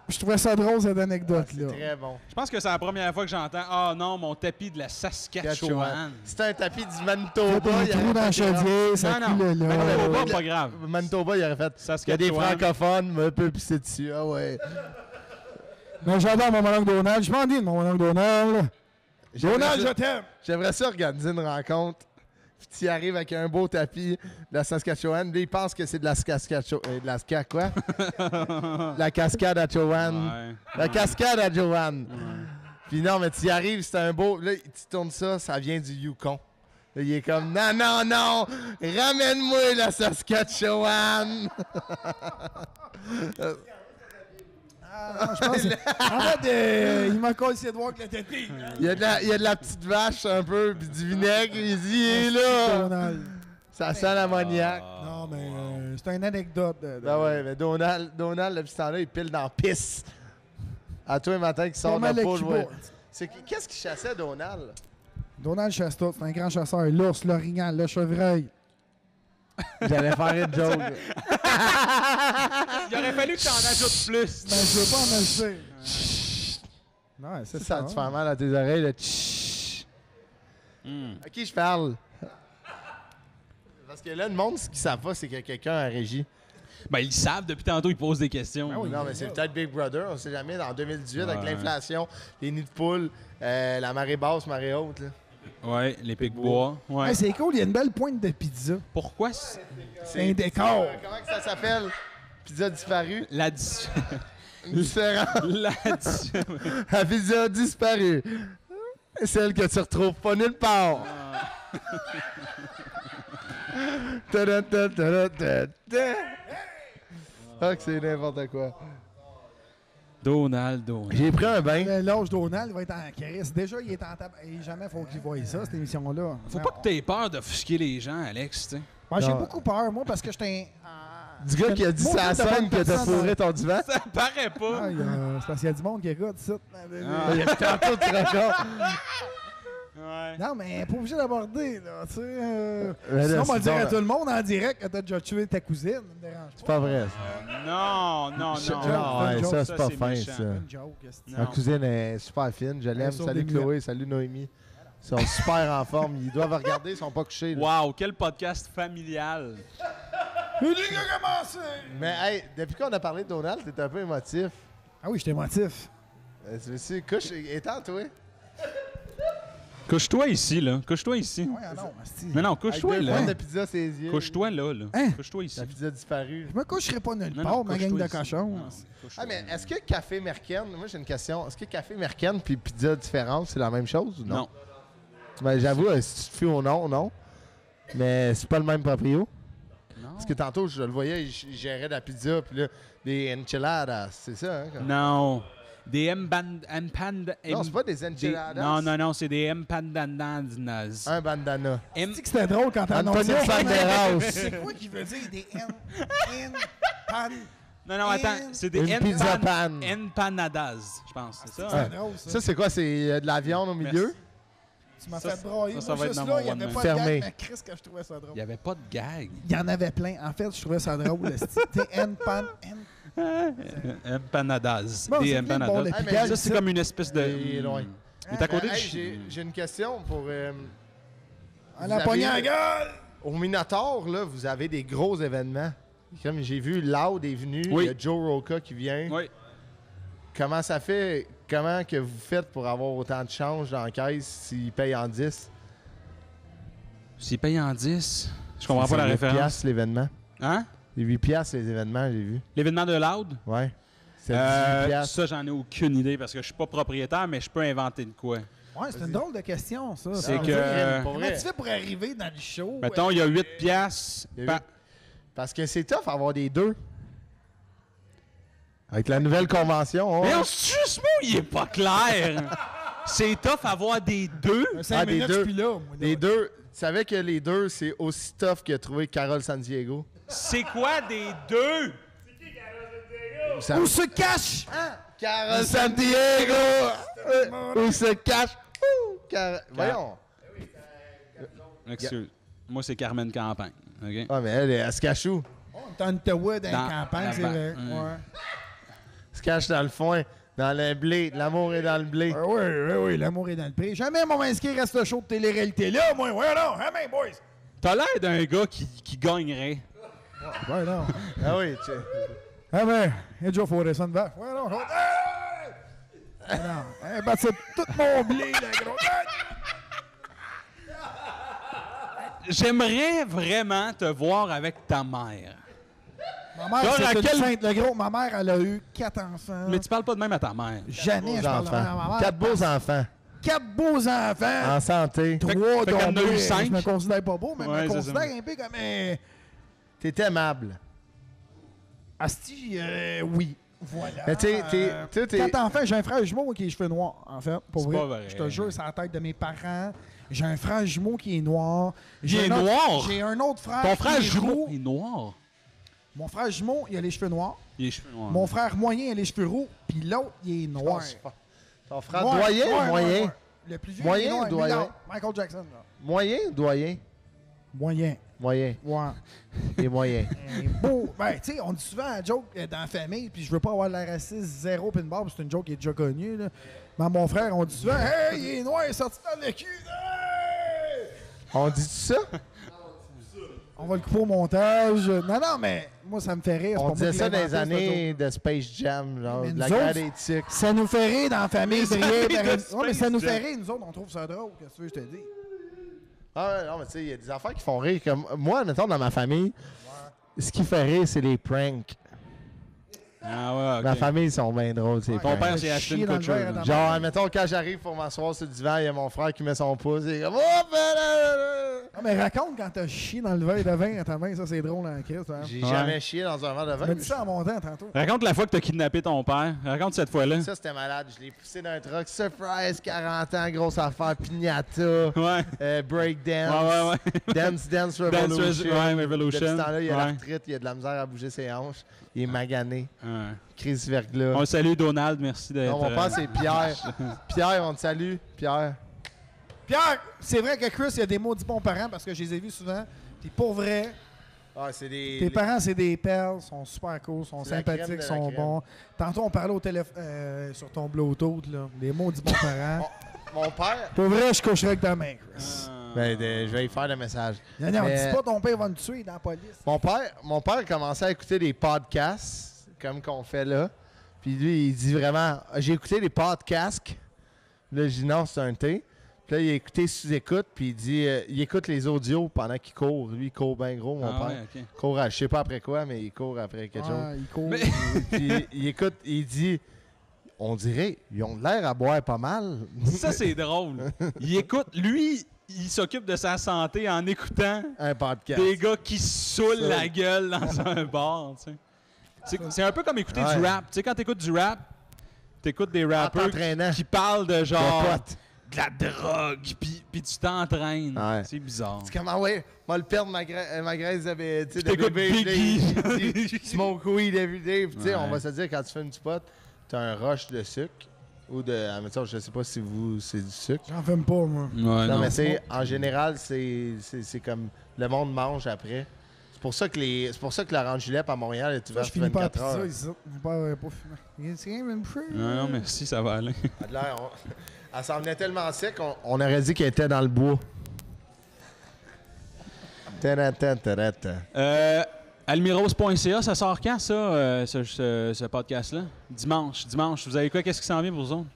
Speaker 2: je trouvais ça drôle, cette anecdote-là.
Speaker 3: C'est très bon.
Speaker 1: Je pense que c'est la première fois que j'entends Ah non, mon tapis de la Saskatchewan.
Speaker 3: C'était un tapis du
Speaker 2: Fait
Speaker 3: Manitoba.
Speaker 2: des
Speaker 3: il aurait
Speaker 2: trous dans
Speaker 3: fait
Speaker 2: le chaudier, ça
Speaker 1: Non, non.
Speaker 2: coule là.
Speaker 1: Mais
Speaker 3: ouais,
Speaker 1: pas,
Speaker 3: ouais.
Speaker 1: pas grave.
Speaker 3: des- Manitoba, il aurait fait. Il y a des
Speaker 1: Saskatchewan.
Speaker 3: francophones, mais un peu pissé dessus. Ah ouais.
Speaker 2: Mais j'adore mon mononcle Donald. Je m'en dis de mon mononcle Donald. Donald, je
Speaker 3: J'aimerais ça-
Speaker 2: t'aime.
Speaker 3: J'aimerais ça organiser une rencontre. Puis tu y arrives avec un beau tapis de la Saskatchewan. Lui, il pense que c'est de la Saskatchewan. euh, de la Ska, quoi? la cascade à Chowan.
Speaker 1: Ouais.
Speaker 3: La cascade à Joanne. Puis non, mais tu y arrives, c'est un beau. Là, tu tournes ça, ça vient du Yukon. Là, il est comme non, non, non, ramène-moi la Saskatchewan.
Speaker 2: Je pense que- En fait, euh, il m'a collé ses doigts avec le tapis. hein,
Speaker 3: Il y, a de la, il y a de la petite vache un peu, puis du vinaigre, il dit, il est là.
Speaker 2: Donald.
Speaker 3: Ça sent l'ammoniac.
Speaker 2: Non, mais euh, c'est une anecdote. de- de-
Speaker 3: Ben ouais, mais Donald, Donald depuis ce temps-là, il pile dans la pisse. À tous les matins qui sort de
Speaker 2: Comment
Speaker 3: la
Speaker 2: le
Speaker 3: poule. ouais.
Speaker 2: keyboard?
Speaker 3: C'est que- Qu'est-ce qu'il chassait, Donald?
Speaker 2: Donald Chastot, c'est un grand chasseur. L'ours, l'orignal, le chevreuil. Ben,
Speaker 3: J'allais faire une joke.
Speaker 1: Il aurait fallu que t'en ajoutes plus.
Speaker 2: Ben, je veux pas en ajouter. Non, c'est
Speaker 3: Ça,
Speaker 2: ça.
Speaker 3: te fait mal à tes oreilles, le tch. À qui je parle? Parce que là, le monde, ce qu'ils savent pas, c'est que quelqu'un a régie.
Speaker 1: Ben, ils savent depuis tantôt, ils posent des questions.
Speaker 3: Non, mais Ah c'est peut-être Big Brother, on sait jamais. Dans 2018, avec
Speaker 1: Ouais.
Speaker 3: l'inflation, les nids de poules, euh, la marée basse, marée haute. là.
Speaker 1: Ouais, les pics bois. Ouais.
Speaker 2: Hey, c'est cool, il y a une belle pointe de pizza.
Speaker 1: Pourquoi c-
Speaker 2: C'est un décor.
Speaker 3: Euh, comment que ça s'appelle? Pizza disparue.
Speaker 1: la dis-
Speaker 3: Différent.
Speaker 1: la dis-
Speaker 3: La pizza disparue. Celle que tu retrouves pas nulle part. Ta-da, ta, ta-da, ta, ta. Ah, que c'est n'importe quoi.
Speaker 1: Donald, Donald.
Speaker 3: J'ai pris un bain.
Speaker 2: Le- L'âge Donald va être en crise. Déjà, il est en table. Et jamais faut qu'il voie ça, cette émission-là.
Speaker 1: Faut
Speaker 2: Non.
Speaker 1: pas que t'aies peur d'offusquer les gens, Alex, tu sais.
Speaker 2: Ouais, J'ai
Speaker 3: Non.
Speaker 2: beaucoup peur, moi, parce que j'étais un.
Speaker 3: Du gars qui a dit ça à
Speaker 2: Maudite de bonne
Speaker 3: scène que t'as
Speaker 2: personne,
Speaker 3: fourré ton divan.
Speaker 1: Ça paraît
Speaker 2: Ah,
Speaker 1: pas.
Speaker 2: il y a- c'est parce qu'il y a du monde qui écoute ça.
Speaker 1: Ah.
Speaker 3: Il a tantôt de racontes.
Speaker 1: Ouais.
Speaker 2: Non, mais pas obligé d'aborder, là. Tu sais. euh,
Speaker 3: Ben là,
Speaker 2: sinon, on va
Speaker 3: c'est
Speaker 2: le dire
Speaker 3: bon,
Speaker 2: à
Speaker 3: là.
Speaker 2: tout le monde en direct que t'as déjà tué ta cousine. Ça me dérange
Speaker 3: C'est pas vrai. ça.
Speaker 1: Non, non,
Speaker 2: Je-
Speaker 1: non.
Speaker 3: Non,
Speaker 2: bonne
Speaker 3: ouais,
Speaker 2: joke,
Speaker 1: ça,
Speaker 3: ça, c'est pas
Speaker 1: c'est
Speaker 3: fin,
Speaker 1: méchant.
Speaker 3: ça.
Speaker 2: pas. Une joke, c'est-
Speaker 1: Non.
Speaker 3: Ma cousine est super fine, je l'aime.
Speaker 2: Elle sauve
Speaker 3: Salut
Speaker 2: des
Speaker 3: Chloé, salut Noémie. Ils sont super en forme. Ils doivent regarder, ils sont pas couchés. là.
Speaker 1: Wow, quel podcast familial.
Speaker 3: Mais hey, depuis qu'on a parlé de Donald, t'es un peu émotif.
Speaker 2: Ah oui, j'étais émotif.
Speaker 3: Euh, Tu veux-tu couche étant toi?
Speaker 1: Couche-toi ici, là. Couche-toi ici.
Speaker 2: Ouais, ah non, asti.
Speaker 1: Non, non,
Speaker 3: Avec
Speaker 1: couche-toi
Speaker 3: deux
Speaker 1: là.
Speaker 3: points de pizza ses yeux.
Speaker 1: Couche-toi là, là.
Speaker 2: Hein?
Speaker 1: Couche-toi ici.
Speaker 3: La pizza disparue.
Speaker 2: Je me coucherai pas nulle
Speaker 1: Non,
Speaker 2: part,
Speaker 1: non,
Speaker 2: ma
Speaker 1: couche-toi
Speaker 2: gang de
Speaker 1: ici.
Speaker 2: cochons.
Speaker 1: Non, couche-toi.
Speaker 3: Ah, mais est-ce que café mercaine, moi j'ai une question, est-ce que café mercaine puis pizza différente, c'est la même chose ou non?
Speaker 1: Non.
Speaker 3: Ben, j'avoue, euh, si tu te fies au nom, non. Mais c'est pas le même proprio.
Speaker 1: Non.
Speaker 3: Parce que tantôt, je le voyais, il il gérait de la pizza, puis là, des enchiladas, c'est ça, hein? comme-
Speaker 1: Non. Des empan... empan...
Speaker 3: Non, c'est pas des
Speaker 1: des-
Speaker 3: enchiladas.
Speaker 1: Non, non, non, c'est des empandandanas.
Speaker 3: Un bandana.
Speaker 1: Em-
Speaker 2: Tu sais que c'était drôle quand t'as annoncé
Speaker 3: Antonio Banderas.
Speaker 2: C'est quoi qui veut dire des N, N, pan?
Speaker 1: Non, non, attends, c'est des
Speaker 3: Une
Speaker 1: empan-
Speaker 3: pizza pan.
Speaker 1: empanadas, je pense, c'est ça?
Speaker 3: Ah,
Speaker 2: C'est
Speaker 1: hein?
Speaker 2: drôle, ça.
Speaker 3: Ça, c'est quoi? C'est euh, de la viande au
Speaker 1: Merci.
Speaker 3: milieu?
Speaker 2: Tu m'as
Speaker 1: ça,
Speaker 2: fait brailler.
Speaker 1: ça, ça
Speaker 2: Moi,
Speaker 1: va être
Speaker 2: juste
Speaker 1: dans
Speaker 2: là,
Speaker 1: mon
Speaker 2: il y avait
Speaker 1: one
Speaker 2: pas
Speaker 3: man.
Speaker 2: de
Speaker 3: Fermé.
Speaker 2: gag, mais Chris, É, que je trouvais ça
Speaker 1: Il
Speaker 2: drôle.
Speaker 1: n'y avait pas de gag.
Speaker 2: Il y en avait plein. En fait, je trouvais ça drôle, asti. Tu sais, N, pan, N.
Speaker 1: Empanadas.
Speaker 2: Bon,
Speaker 1: Euh, des
Speaker 2: c'est bien, bon,
Speaker 1: empanadas.
Speaker 2: le
Speaker 3: Ah, mais
Speaker 2: piquage,
Speaker 1: ça, c'est
Speaker 2: ça.
Speaker 1: comme une espèce de...
Speaker 3: Il est loin.
Speaker 1: Hmm. Il est à côté
Speaker 3: Ben,
Speaker 1: du...
Speaker 3: hey, j'ai- J'ai une question pour... euh,
Speaker 2: On l'a
Speaker 3: Vous
Speaker 2: pogné en
Speaker 3: avez-
Speaker 2: gueule!
Speaker 3: au Minotaur, là, vous avez des gros événements. Comme j'ai vu, Loud est venu,
Speaker 1: Oui.
Speaker 3: il y a Joe Roca qui vient.
Speaker 1: Oui.
Speaker 3: Comment ça fait, comment que vous faites pour avoir autant de change dans la caisse s'ils payent en 10?
Speaker 1: S'il paye en 10, je comprends
Speaker 3: C'est
Speaker 1: pas la
Speaker 3: 8
Speaker 1: référence.
Speaker 3: piastres, l'événement.
Speaker 1: Hein?
Speaker 3: C'est 8 piastres, les événements, j'ai vu.
Speaker 1: L'événement de Loud?
Speaker 3: Ouais. C'est 18
Speaker 1: Euh,
Speaker 3: piastres.
Speaker 1: ça, j'en ai aucune idée parce que je suis pas propriétaire, mais je peux inventer de quoi.
Speaker 2: Ouais, c'est une drôle de question, ça.
Speaker 1: C'est
Speaker 3: Ah,
Speaker 1: que-
Speaker 3: c'est vrai, pour
Speaker 2: Comment
Speaker 3: vrai.
Speaker 2: tu fais pour arriver dans le show?
Speaker 1: Mettons, il y a 8 piastres.
Speaker 3: Il y a
Speaker 1: par-
Speaker 3: huit. Parce que c'est tough avoir des deux. Avec la nouvelle convention, on...
Speaker 1: Mais on se tue, ce mot, il est pas clair. C'est tough avoir des deux.
Speaker 2: Euh, cinq
Speaker 3: Ah, des
Speaker 2: minutes,
Speaker 3: deux.
Speaker 2: je suis là, moi, là.
Speaker 3: les deux, tu savais que les deux, c'est aussi tough que trouver Carole San Diego.
Speaker 1: C'est quoi des deux?
Speaker 3: Ça-
Speaker 2: Où se cache?
Speaker 3: Ah! Carole San Diego! Où se cache? Ouh, Car- Voyons.
Speaker 1: Excuse. Moi, c'est Carmen Campagne. OK?
Speaker 3: Ah, mais elle, elle se cache où?
Speaker 2: On est en Ottawa dans
Speaker 1: Dans-
Speaker 2: la campagne, c'est
Speaker 1: dans-
Speaker 2: vrai.
Speaker 1: Mm.
Speaker 2: Ouais.
Speaker 3: Elle se cache dans le foin, dans le blé. L'amour est dans le blé.
Speaker 2: Ah oui, oui, oui, l'amour est dans le prix. Jamais mon inscrit reste le show de télé-réalité là, moi. Ouais, non, jamais, boys.
Speaker 1: T'as l'air d'un gars qui, qui gagnerait.
Speaker 2: Ouais, non.
Speaker 3: Ah oui, tu...
Speaker 2: Ah ben, il y a Joe Forresson devant. Ouais, non, non. Hey! Ah non. Hey, bah, c'est tout mon blé, la grosse.
Speaker 1: J'aimerais vraiment te voir avec ta mère.
Speaker 2: Ma mère,
Speaker 1: Genre,
Speaker 2: c'est
Speaker 1: à
Speaker 2: une
Speaker 1: quel-
Speaker 2: sainte, le gros. Ma mère, elle a eu quatre
Speaker 3: Ah.
Speaker 2: enfants.
Speaker 1: Mais tu parles pas de même à ta mère.
Speaker 2: Jamais, je
Speaker 3: Beaux
Speaker 2: parle de ma
Speaker 3: enfants.
Speaker 2: mère.
Speaker 3: Quatre beaux enfants.
Speaker 2: Quatre beaux enfants.
Speaker 3: En santé.
Speaker 2: Trois
Speaker 1: Ah. fait qu'elle en a
Speaker 2: tombés.
Speaker 1: eu cinq.
Speaker 2: Je me considère pas beau, mais
Speaker 1: Ouais,
Speaker 2: je
Speaker 1: c'est
Speaker 2: me
Speaker 1: ça.
Speaker 2: considère un peu comme un...
Speaker 3: T'es aimable.
Speaker 2: Asti, euh, oui. Voilà.
Speaker 3: Mais tu sais, t'es-
Speaker 2: Euh,
Speaker 3: tu sais, t'es-
Speaker 2: Quatre enfants, j'ai un frère jumeau qui est cheveux noirs, en fait. Pour
Speaker 1: C'est
Speaker 2: vrai.
Speaker 1: pas vrai.
Speaker 2: Je te jure, c'est la tête de mes parents. J'ai un frère jumeau qui est noir.
Speaker 1: Il
Speaker 2: J'ai
Speaker 1: est
Speaker 2: un autre-
Speaker 1: noir?
Speaker 2: J'ai un autre
Speaker 3: Ah,
Speaker 2: frère.
Speaker 1: Ton
Speaker 2: qui
Speaker 1: frère
Speaker 2: est
Speaker 1: jumeau
Speaker 2: roux.
Speaker 1: est noir.
Speaker 2: Mon frère jumeau, il a les cheveux noirs.
Speaker 1: Il est cheveux noirs.
Speaker 2: Mon frère moyen, il a les cheveux roux. Puis l'autre, il est noir.
Speaker 3: Ton frère
Speaker 2: Noir,
Speaker 3: doyen
Speaker 2: noir,
Speaker 3: ou
Speaker 2: noir,
Speaker 3: moyen?
Speaker 2: noir. Le plus vieux,
Speaker 3: Moyen
Speaker 2: il est noir,
Speaker 3: ou doyen?
Speaker 2: Millard. Michael Jackson. là.
Speaker 3: Moyen ou doyen?
Speaker 2: Moyen.
Speaker 3: Moyen.
Speaker 2: Ouais.
Speaker 3: Et moyen.
Speaker 2: Et beau. Ben, tu sais, on dit souvent la joke euh, dans la famille, puis je veux pas avoir la raciste zéro pis une barbe, c'est une joke qui est déjà connue. Là. Mais à mon frère, on dit souvent Hey, il est noir, il est sorti par le cul. Hey!
Speaker 3: On dit ça?
Speaker 2: on va le couper au montage. Non, non, mais moi, ça me fait rire. C'est
Speaker 3: On
Speaker 2: pas moi
Speaker 3: disait
Speaker 2: qui
Speaker 3: ça
Speaker 2: l'ai
Speaker 3: dans les
Speaker 2: inventé, ce
Speaker 3: années de Space Jam, genre,
Speaker 2: Mais
Speaker 3: de la
Speaker 2: nous
Speaker 3: guerre
Speaker 2: autres,
Speaker 3: des tics.
Speaker 2: Ça nous fait rire dans la famille
Speaker 1: Les
Speaker 2: brillée.
Speaker 1: années
Speaker 2: par-
Speaker 1: de
Speaker 2: Ouais,
Speaker 1: Space
Speaker 2: mais ça nous
Speaker 1: Jam.
Speaker 2: fait rire. Nous autres, on trouve ça drôle. Qu'est-ce que tu veux que je te dis?
Speaker 3: Ah ouais, non, mais tu sais, il y a des affaires qui font rire. Comme moi, mettons, dans ma famille, ce qui fait rire, c'est les pranks.
Speaker 1: Ah ouais,
Speaker 3: Ma
Speaker 1: ok.
Speaker 3: famille, ils sont bien drôles, ces
Speaker 1: Ton
Speaker 3: pranks.
Speaker 1: père, c'est
Speaker 2: Chier
Speaker 1: Ashton
Speaker 2: dans le
Speaker 1: Kutcher.
Speaker 2: verre,
Speaker 1: là.
Speaker 2: dans-
Speaker 3: Genre, mettons, quand j'arrive pour m'asseoir sur le divan, il y a mon frère qui met son pouce, et comme... Oh, ben, là, là, là.
Speaker 2: Non, mais raconte quand t'as chié dans le verre de vin à ta main. Ça, c'est drôle en crise. hein.
Speaker 3: J'ai
Speaker 1: Ouais.
Speaker 3: jamais chié dans un verre de
Speaker 2: Tu m'as
Speaker 3: vin.
Speaker 2: dit ça en montant tantôt.
Speaker 1: Raconte la fois que t'as kidnappé ton père. Raconte cette fois-là.
Speaker 3: Ça, c'était malade. Je l'ai poussé d'un truck. Surprise, 40 ans, grosse affaire, pignata,
Speaker 1: Ouais.
Speaker 3: euh, breakdance,
Speaker 1: Ouais, ouais, ouais.
Speaker 3: dance,
Speaker 1: Dance
Speaker 3: dance
Speaker 1: Res-
Speaker 3: revolution.
Speaker 1: ouais,
Speaker 3: Depuis
Speaker 1: Revolution.
Speaker 3: ce temps-là, il y a la
Speaker 1: Ouais.
Speaker 3: retraite, il y a de la misère à bouger ses hanches. Il est magané.
Speaker 1: Ouais.
Speaker 3: Crise verglas.
Speaker 1: On le salue, Donald. Merci d'être.
Speaker 3: Non, mon
Speaker 1: euh,
Speaker 3: père, c'est Pierre. Pierre, on te salue. Pierre.
Speaker 2: Pierre, c'est vrai que Chris, il y a des maudits bons parents parce que je les ai vus souvent. Puis pour vrai,
Speaker 3: Ah, c'est des.
Speaker 2: tes parents, c'est des perles, sont super cool, sont
Speaker 3: C'est la crème
Speaker 2: sympathiques,
Speaker 3: de la
Speaker 2: sont
Speaker 3: crème.
Speaker 2: bons. Tantôt, on parlait au téléphone euh, sur ton Bluetooth, là. Des maudits bons parents.
Speaker 3: Ah. Mon père.
Speaker 2: Pour vrai, je coucherais avec ta main, Chris.
Speaker 1: euh,
Speaker 3: Ben, de- je vais y faire le message.
Speaker 2: Non, non,
Speaker 3: Mais-
Speaker 2: dis pas ton père va nous tuer dans la police.
Speaker 3: Mon père, mon père commençait à écouter des podcasts, comme qu'on fait là. Puis lui, il dit vraiment J'ai écouté des podcasts. Là, je dis Non, c'est un thé. Puis là, il a écouté sous-écoute, puis il dit euh, Il écoute les audios pendant qu'il court. Lui, il court bien gros, mon
Speaker 1: ah
Speaker 3: père.
Speaker 1: ouais, Ah ok.
Speaker 3: Il court à, je sais pas après quoi, mais il court après quelque chose.
Speaker 2: Ouais, il court.
Speaker 1: Mais-
Speaker 3: Puis il écoute, il dit On dirait, ils ont l'air à boire pas mal.
Speaker 1: Ça, c'est drôle. Il écoute. Lui, il s'occupe de sa santé en écoutant
Speaker 3: un podcast.
Speaker 1: des gars qui se saoulent
Speaker 3: Ça.
Speaker 1: la gueule dans un bar. tu sais. C'est- C'est un peu comme écouter
Speaker 3: Ouais. Ah,
Speaker 1: du rap. Tu sais, quand t'écoutes du rap, t'écoutes des rappeurs
Speaker 3: t'entraînant.
Speaker 1: qui parlent de genre
Speaker 3: De potes.
Speaker 1: de la drogue, puis puis tu t'entraînes.
Speaker 3: Ouais.
Speaker 1: C'est bizarre.
Speaker 3: C'est comme, ah ouais, moi le perdre ma, gra- euh, ma graisse de, bé- tu sais, de
Speaker 1: T'écoutes
Speaker 3: bébé. je
Speaker 1: Biggie.
Speaker 3: l'ai- tu- tu Smoke weed everyday. Puis, tu sais,
Speaker 1: Ouais.
Speaker 3: on va se dire, quand tu fumes du pot, t'as un rush de sucre. Ou de. ah, mais ça, je sais pas si vous, c'est du sucre.
Speaker 2: J'en fume pas, moi.
Speaker 1: Ouais,
Speaker 3: non,
Speaker 1: non.
Speaker 3: mais c'est, en général, c'est, c'est, c'est comme. Le monde mange après. C'est pour ça que les, c'est pour ça que la Rangilep à Montréal est
Speaker 2: Ça,
Speaker 3: ouverte
Speaker 2: je finis pas à
Speaker 3: 24
Speaker 2: pizza
Speaker 3: heures.
Speaker 2: ici. Mon père euh, pas fumé. C'est quand même une chose.
Speaker 1: Non, non, merci, ça va aller.
Speaker 3: Elle a Ah, l'air- on- Elle s'en venait tellement sec, on, on aurait dit qu'elle était dans le bois. Tadatan, tadatan.
Speaker 1: Euh, Almirose.ca, ça sort quand, ça, euh, ce, ce- ce podcast-là? Dimanche, dimanche. Vous avez quoi? Qu'est-ce qui s'en vient pour vous autres?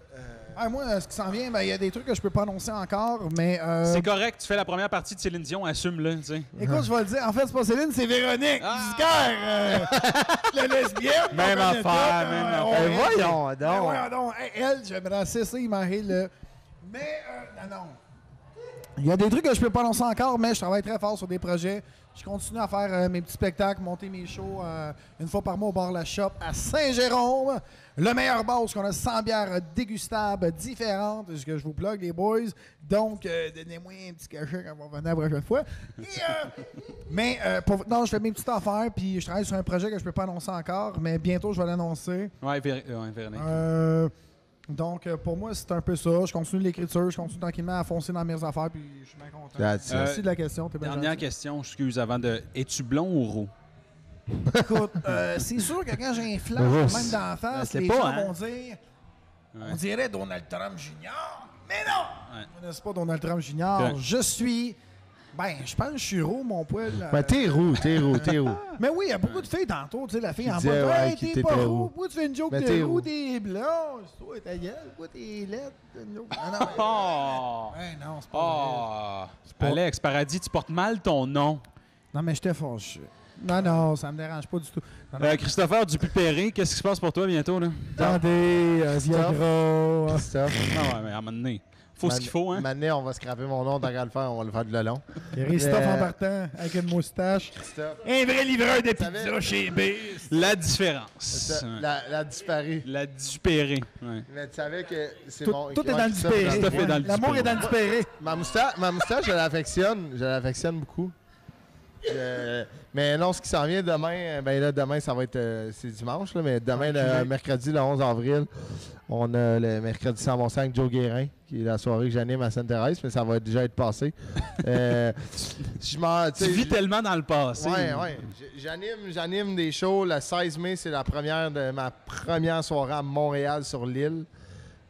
Speaker 2: Ah, moi, euh, ce qui s'en vient, ben, il y a des trucs que je peux pas annoncer encore, mais. euh,
Speaker 1: C'est correct, tu fais la première partie de Céline Dion, assume-le, tu sais.
Speaker 2: Écoute, je vais le dire. En fait, c'est pas Céline, c'est Véronique.
Speaker 1: Ah!
Speaker 2: Disquaire. euh, la lesbienne.
Speaker 3: Même
Speaker 2: on connaît
Speaker 3: affaire,
Speaker 2: tout,
Speaker 1: même
Speaker 2: euh,
Speaker 1: affaire.
Speaker 2: on
Speaker 3: Ben
Speaker 2: rit.
Speaker 3: voyons
Speaker 2: Ben
Speaker 3: donc.
Speaker 2: voyons donc. Hey, elle, j'aimerais assez ça, il m'arrive le. Mais, euh, non, non. Il y a des trucs que je peux pas annoncer encore, mais je travaille très fort sur des projets. Je continue à faire euh, mes petits spectacles, monter mes shows euh, une fois par mois au bar La Shop à Saint-Jérôme. Le meilleur bar où on a 100 bières euh, dégustables différentes. Ce que je vous plug, les boys. Donc, euh, donnez-moi un petit cachet quand on va venir la prochaine fois. Et, euh, mais, euh, pour- non, je fais mes petites affaires, puis je travaille sur un projet que je peux pas annoncer encore, mais bientôt je vais l'annoncer.
Speaker 1: Ouais, Vér- euh, ouais, Véronique.
Speaker 3: Ah,
Speaker 2: Euh, donc, euh, pour moi, c'est un peu ça. Je continue l'écriture, je continue tranquillement à foncer dans mes affaires, puis je suis bien content.
Speaker 3: That's it.
Speaker 2: Merci de la question. t'es bien
Speaker 1: Dernière
Speaker 2: gentil.
Speaker 1: question, excuse, avant de... Es-tu blond ou roux?
Speaker 2: Écoute, euh, c'est sûr que quand j'ai un flash,
Speaker 3: Rousse.
Speaker 2: même dans la face,
Speaker 1: c'est
Speaker 2: les
Speaker 1: pas,
Speaker 2: gens
Speaker 1: hein.
Speaker 2: vont dire
Speaker 1: Ouais.
Speaker 2: on dirait Donald Trump Junior, mais non
Speaker 1: Ouais.
Speaker 2: Je ne pas Donald Trump Junior.
Speaker 1: Correct.
Speaker 2: Je suis. Ben, je pense que je suis roux, mon poil. euh,
Speaker 3: Ben, t'es roux, t'es roux, t'es roux.
Speaker 2: Mais oui, il y a beaucoup de filles tantôt, tu sais, la fille
Speaker 3: Qui
Speaker 2: en
Speaker 3: disait,
Speaker 2: bas,
Speaker 3: ouais,
Speaker 2: hey,
Speaker 3: qui
Speaker 2: t'es
Speaker 3: t'es
Speaker 2: pas
Speaker 3: très
Speaker 2: roux,
Speaker 3: roux.
Speaker 2: pourquoi tu fais une joke,
Speaker 3: Mais
Speaker 2: t'es
Speaker 3: t'es
Speaker 2: roux,
Speaker 3: roux.
Speaker 2: t'es blanc, toi ta gueule, pourquoi t'es laide, t'es une joke. Ah non,
Speaker 3: Ah!
Speaker 1: Oh!
Speaker 2: mais- Ben non, c'est pas vrai.
Speaker 1: Oh! Alex, Paradis, tu portes mal ton nom.
Speaker 2: Non, mais j'étais fâché. Non, non, ça me dérange pas du tout.
Speaker 3: Ah.
Speaker 2: Non, non,
Speaker 1: Euh, Christopher Dupuy-Perret, qu'est-ce qui se passe pour toi bientôt, là?
Speaker 2: attendez, euh,
Speaker 3: Stop.
Speaker 2: Viagra.
Speaker 3: Stop.
Speaker 1: Ah ouais, mais à un moment donné, faut ce qu'il faut, hein?
Speaker 3: Maintenant, on va scraper mon nom, tant qu'à le faire, on va le faire de le long.
Speaker 2: Christophe
Speaker 3: Euh,
Speaker 2: en partant, avec une moustache.
Speaker 3: Stop.
Speaker 2: Un vrai livreur de
Speaker 3: Ça
Speaker 2: pizza
Speaker 3: va?
Speaker 2: chez B.
Speaker 1: La différence.
Speaker 3: Stop.
Speaker 1: Ouais. La,
Speaker 3: La, la disparue.
Speaker 1: Duperré. Ouais.
Speaker 3: Mais tu savais que c'est
Speaker 2: Tout,
Speaker 3: mon.
Speaker 2: tout
Speaker 3: ouais,
Speaker 2: est dans le
Speaker 3: Christophe,
Speaker 2: dipéré.
Speaker 1: Christophe est dans le
Speaker 2: L'amour
Speaker 1: dipéré.
Speaker 2: est dans le dipéré.
Speaker 3: Ma moustache, ma moustache, je l'affectionne. Je l'affectionne beaucoup. Je- mais non, ce qui s'en vient demain, ben là, demain, ça va être. euh, c'est dimanche, là, mais demain, le mercredi, le 11 avril, on a le mercredi sans bon sang avec Joe Guérin, qui est la soirée que j'anime à Sainte-Thérèse, mais ça va déjà être passé. Euh, je m'en. tu
Speaker 1: Tu
Speaker 3: sais,
Speaker 1: vis
Speaker 3: je-
Speaker 1: tellement dans le passé.
Speaker 3: Ouais, ouais. J- J'anime, j'anime des shows. Le 16 mai, c'est la première de ma première soirée à Montréal sur l'île.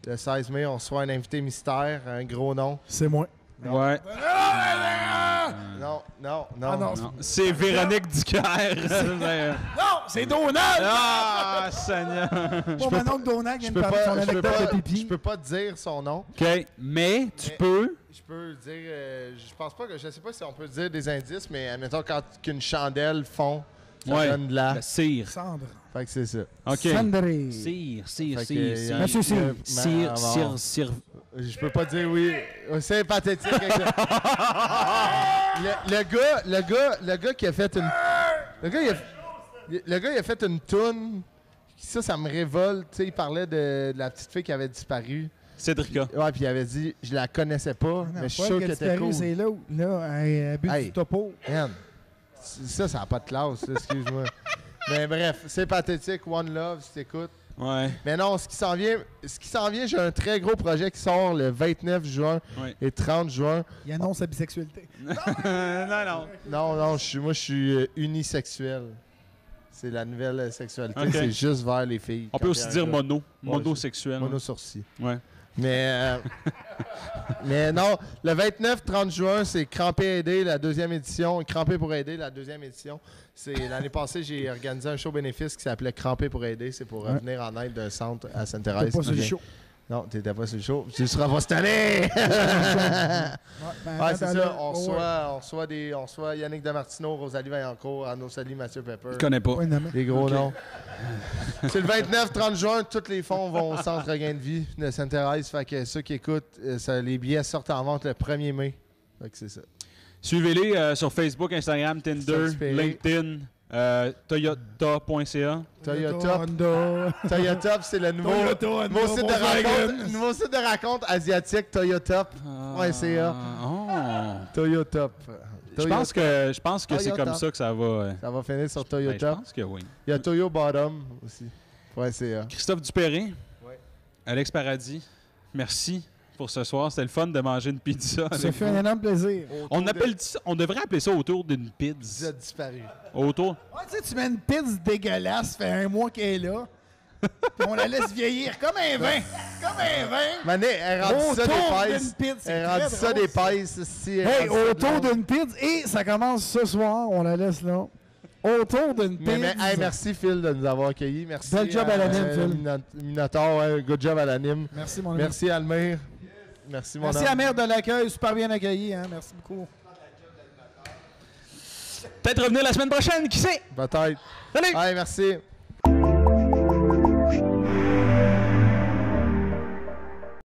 Speaker 3: Le 16 mai, on reçoit un invité mystère, un gros nom.
Speaker 2: C'est moi.
Speaker 1: Ouais.
Speaker 3: Non, non, non.
Speaker 2: Ah non,
Speaker 1: Non, C'est Véronique Ducaire.
Speaker 2: Non, c'est Donald!
Speaker 1: ah, Seigneur.
Speaker 2: Bon, mon oncle Donald vient
Speaker 3: Je peux
Speaker 2: de parler de son
Speaker 3: pas, je peux
Speaker 2: anecdote
Speaker 3: pas,
Speaker 2: de
Speaker 3: je
Speaker 2: pipi.
Speaker 3: peux pas dire son nom.
Speaker 1: OK, mais tu
Speaker 3: Mais-
Speaker 1: peux...
Speaker 3: Je peux dire, euh, je pense pas que, je sais pas si on peut dire des indices, mais admettons quand qu'une chandelle fond, ça
Speaker 1: Ouais.
Speaker 3: donne de la.
Speaker 1: Le cire.
Speaker 2: Sandre.
Speaker 3: Fait que c'est ça.
Speaker 1: OK.
Speaker 2: Sandré.
Speaker 1: Cire, cire,
Speaker 3: Fait que,
Speaker 1: cire,
Speaker 3: euh,
Speaker 1: cire.
Speaker 2: Monsieur Cyr.
Speaker 3: euh,
Speaker 1: Cire,
Speaker 3: ma-
Speaker 1: cire, cire.
Speaker 3: Je peux pas dire oui. C'est pathétique. exact. le, le gars, le gars, le gars qui a fait une, le gars, il a, le gars, il a fait une toune. Ça, ça me révolte. Tu sais, il parlait de, de la petite fille qui avait disparu.
Speaker 1: Cédrica.
Speaker 3: Ouais, puis il avait dit, je la connaissais pas,
Speaker 2: Ah Non,
Speaker 3: mais je suis
Speaker 2: Paul
Speaker 3: sûr qu'elle était
Speaker 2: Gaspari,
Speaker 3: cool.
Speaker 2: C'est l'autre, là, un but
Speaker 3: Hey.
Speaker 2: du topo.
Speaker 3: Man, ça, ça n'a pas de classe, là, excuse-moi. Mais bref, c'est pathétique, One Love, si t'écoutes.
Speaker 1: Ouais.
Speaker 3: Mais non, ce qui s'en vient, ce qui s'en vient, j'ai un très gros projet qui sort le 29 juin
Speaker 1: Ouais.
Speaker 3: et 30 juin.
Speaker 2: Il annonce sa bisexualité.
Speaker 1: non, non.
Speaker 3: Non, non, je suis, moi, je suis euh, unisexuel. C'est la nouvelle euh, sexualité,
Speaker 1: Ok.
Speaker 3: c'est juste vers les filles.
Speaker 1: On peut aussi dire
Speaker 3: mono.
Speaker 1: mono. Monosexuel.
Speaker 3: Monosourcil.
Speaker 1: Ouais.
Speaker 3: Mais, euh, mais non, le 29-30 juin, c'est Crampé aider, la deuxième édition. Crampé pour aider, la deuxième édition. C'est L'année passée, j'ai organisé un show bénéfice qui s'appelait Crampé pour aider. C'est pour
Speaker 2: Ouais.
Speaker 3: revenir en aide d'un centre à
Speaker 2: T'es
Speaker 3: Sainte-Thérèse.
Speaker 2: pas sur le
Speaker 3: Ok.
Speaker 2: show.
Speaker 3: Non, t'étais pas sur le show. Tu seras pas cette année!
Speaker 2: Ouais, ben,
Speaker 3: Ouais, c'est
Speaker 2: attends,
Speaker 3: ça.
Speaker 2: là,
Speaker 3: On
Speaker 2: ouais.
Speaker 3: reçoit, on reçoit des, on reçoit Yannick Damartino, Rosalie Vaillancourt, Arnaud Sali, Mathieu Pepper.
Speaker 1: Je connais pas.
Speaker 2: Ouais, nommé.
Speaker 3: Des gros
Speaker 1: Ok.
Speaker 3: noms. C'est le 29-30 juin, tous les fonds vont au centre Gain de Vie de Sainte-Thérèse. Fait que ceux qui écoutent, euh, ça- les billets sortent en vente le 1er mai. Fait que c'est ça.
Speaker 1: Suivez-les euh, sur Facebook, Instagram, Tinder,
Speaker 3: inspiré.
Speaker 1: LinkedIn, euh, Toyota.ca.
Speaker 3: Toyota.
Speaker 2: Honda.
Speaker 3: Toyota, c'est le nouveau,
Speaker 2: Ah, Toyota,
Speaker 3: nouveau
Speaker 2: Honda,
Speaker 3: site de
Speaker 2: Volkswagen.
Speaker 3: raconte, nouveau site de raconte asiatique, Toyota. Ouais, c'est, euh,
Speaker 1: Ah, oh.
Speaker 3: Toyota.
Speaker 1: Je pense que, je pense que c'est
Speaker 3: Toyota.
Speaker 1: comme ça que ça va. euh,
Speaker 3: Ça va finir sur
Speaker 1: ben, je
Speaker 3: Toyota.
Speaker 1: pense que oui.
Speaker 3: Il y a Toyo Bottom aussi. Ouais, c'est. euh,
Speaker 1: Christophe Dupéré,
Speaker 3: Ouais.
Speaker 1: Alex Paradis, merci pour ce soir. C'était le fun de manger une pizza.
Speaker 2: Ça
Speaker 1: avec
Speaker 2: fait
Speaker 1: vous.
Speaker 2: un énorme plaisir.
Speaker 1: On,
Speaker 3: autour
Speaker 1: appelle
Speaker 3: de-
Speaker 1: ça- on devrait appeler ça autour d'une
Speaker 3: Vous
Speaker 1: pizza.
Speaker 3: êtes disparu.
Speaker 1: Autour.
Speaker 2: Ouais, tu sais, tu mets une pizza dégueulasse, ça fait un mois qu'elle est là. Puis on la laisse vieillir comme un vin. Comme un vin.
Speaker 3: Mané, elle rend ça
Speaker 2: Autour d'une
Speaker 3: d'épaisse.
Speaker 2: pizza. c'est
Speaker 3: Elle
Speaker 2: très
Speaker 3: rend ça
Speaker 2: drôle,
Speaker 3: d'épaisse. si euh, elle
Speaker 2: Hey,
Speaker 3: rend ça de
Speaker 2: autour
Speaker 3: l'autre.
Speaker 2: d'une pizza. Et ça commence ce soir, on la laisse là. Autour d'une pizza.
Speaker 3: Mais, mais, hey, merci Phil de nous avoir accueillis. Merci.
Speaker 2: Bel job à l'anime, Phil.
Speaker 3: Phil. Minotaur, ouais, good job à l'anime.
Speaker 2: Merci, mon ami. Merci,
Speaker 3: Merci Almir. Merci mon
Speaker 2: à
Speaker 3: homme.
Speaker 2: Mère de l'accueil, super bien accueilli. Hein? Merci beaucoup.
Speaker 1: Peut-être revenir la semaine prochaine, qui sait?
Speaker 3: Peut-être.
Speaker 1: Salut!
Speaker 3: Hey, merci.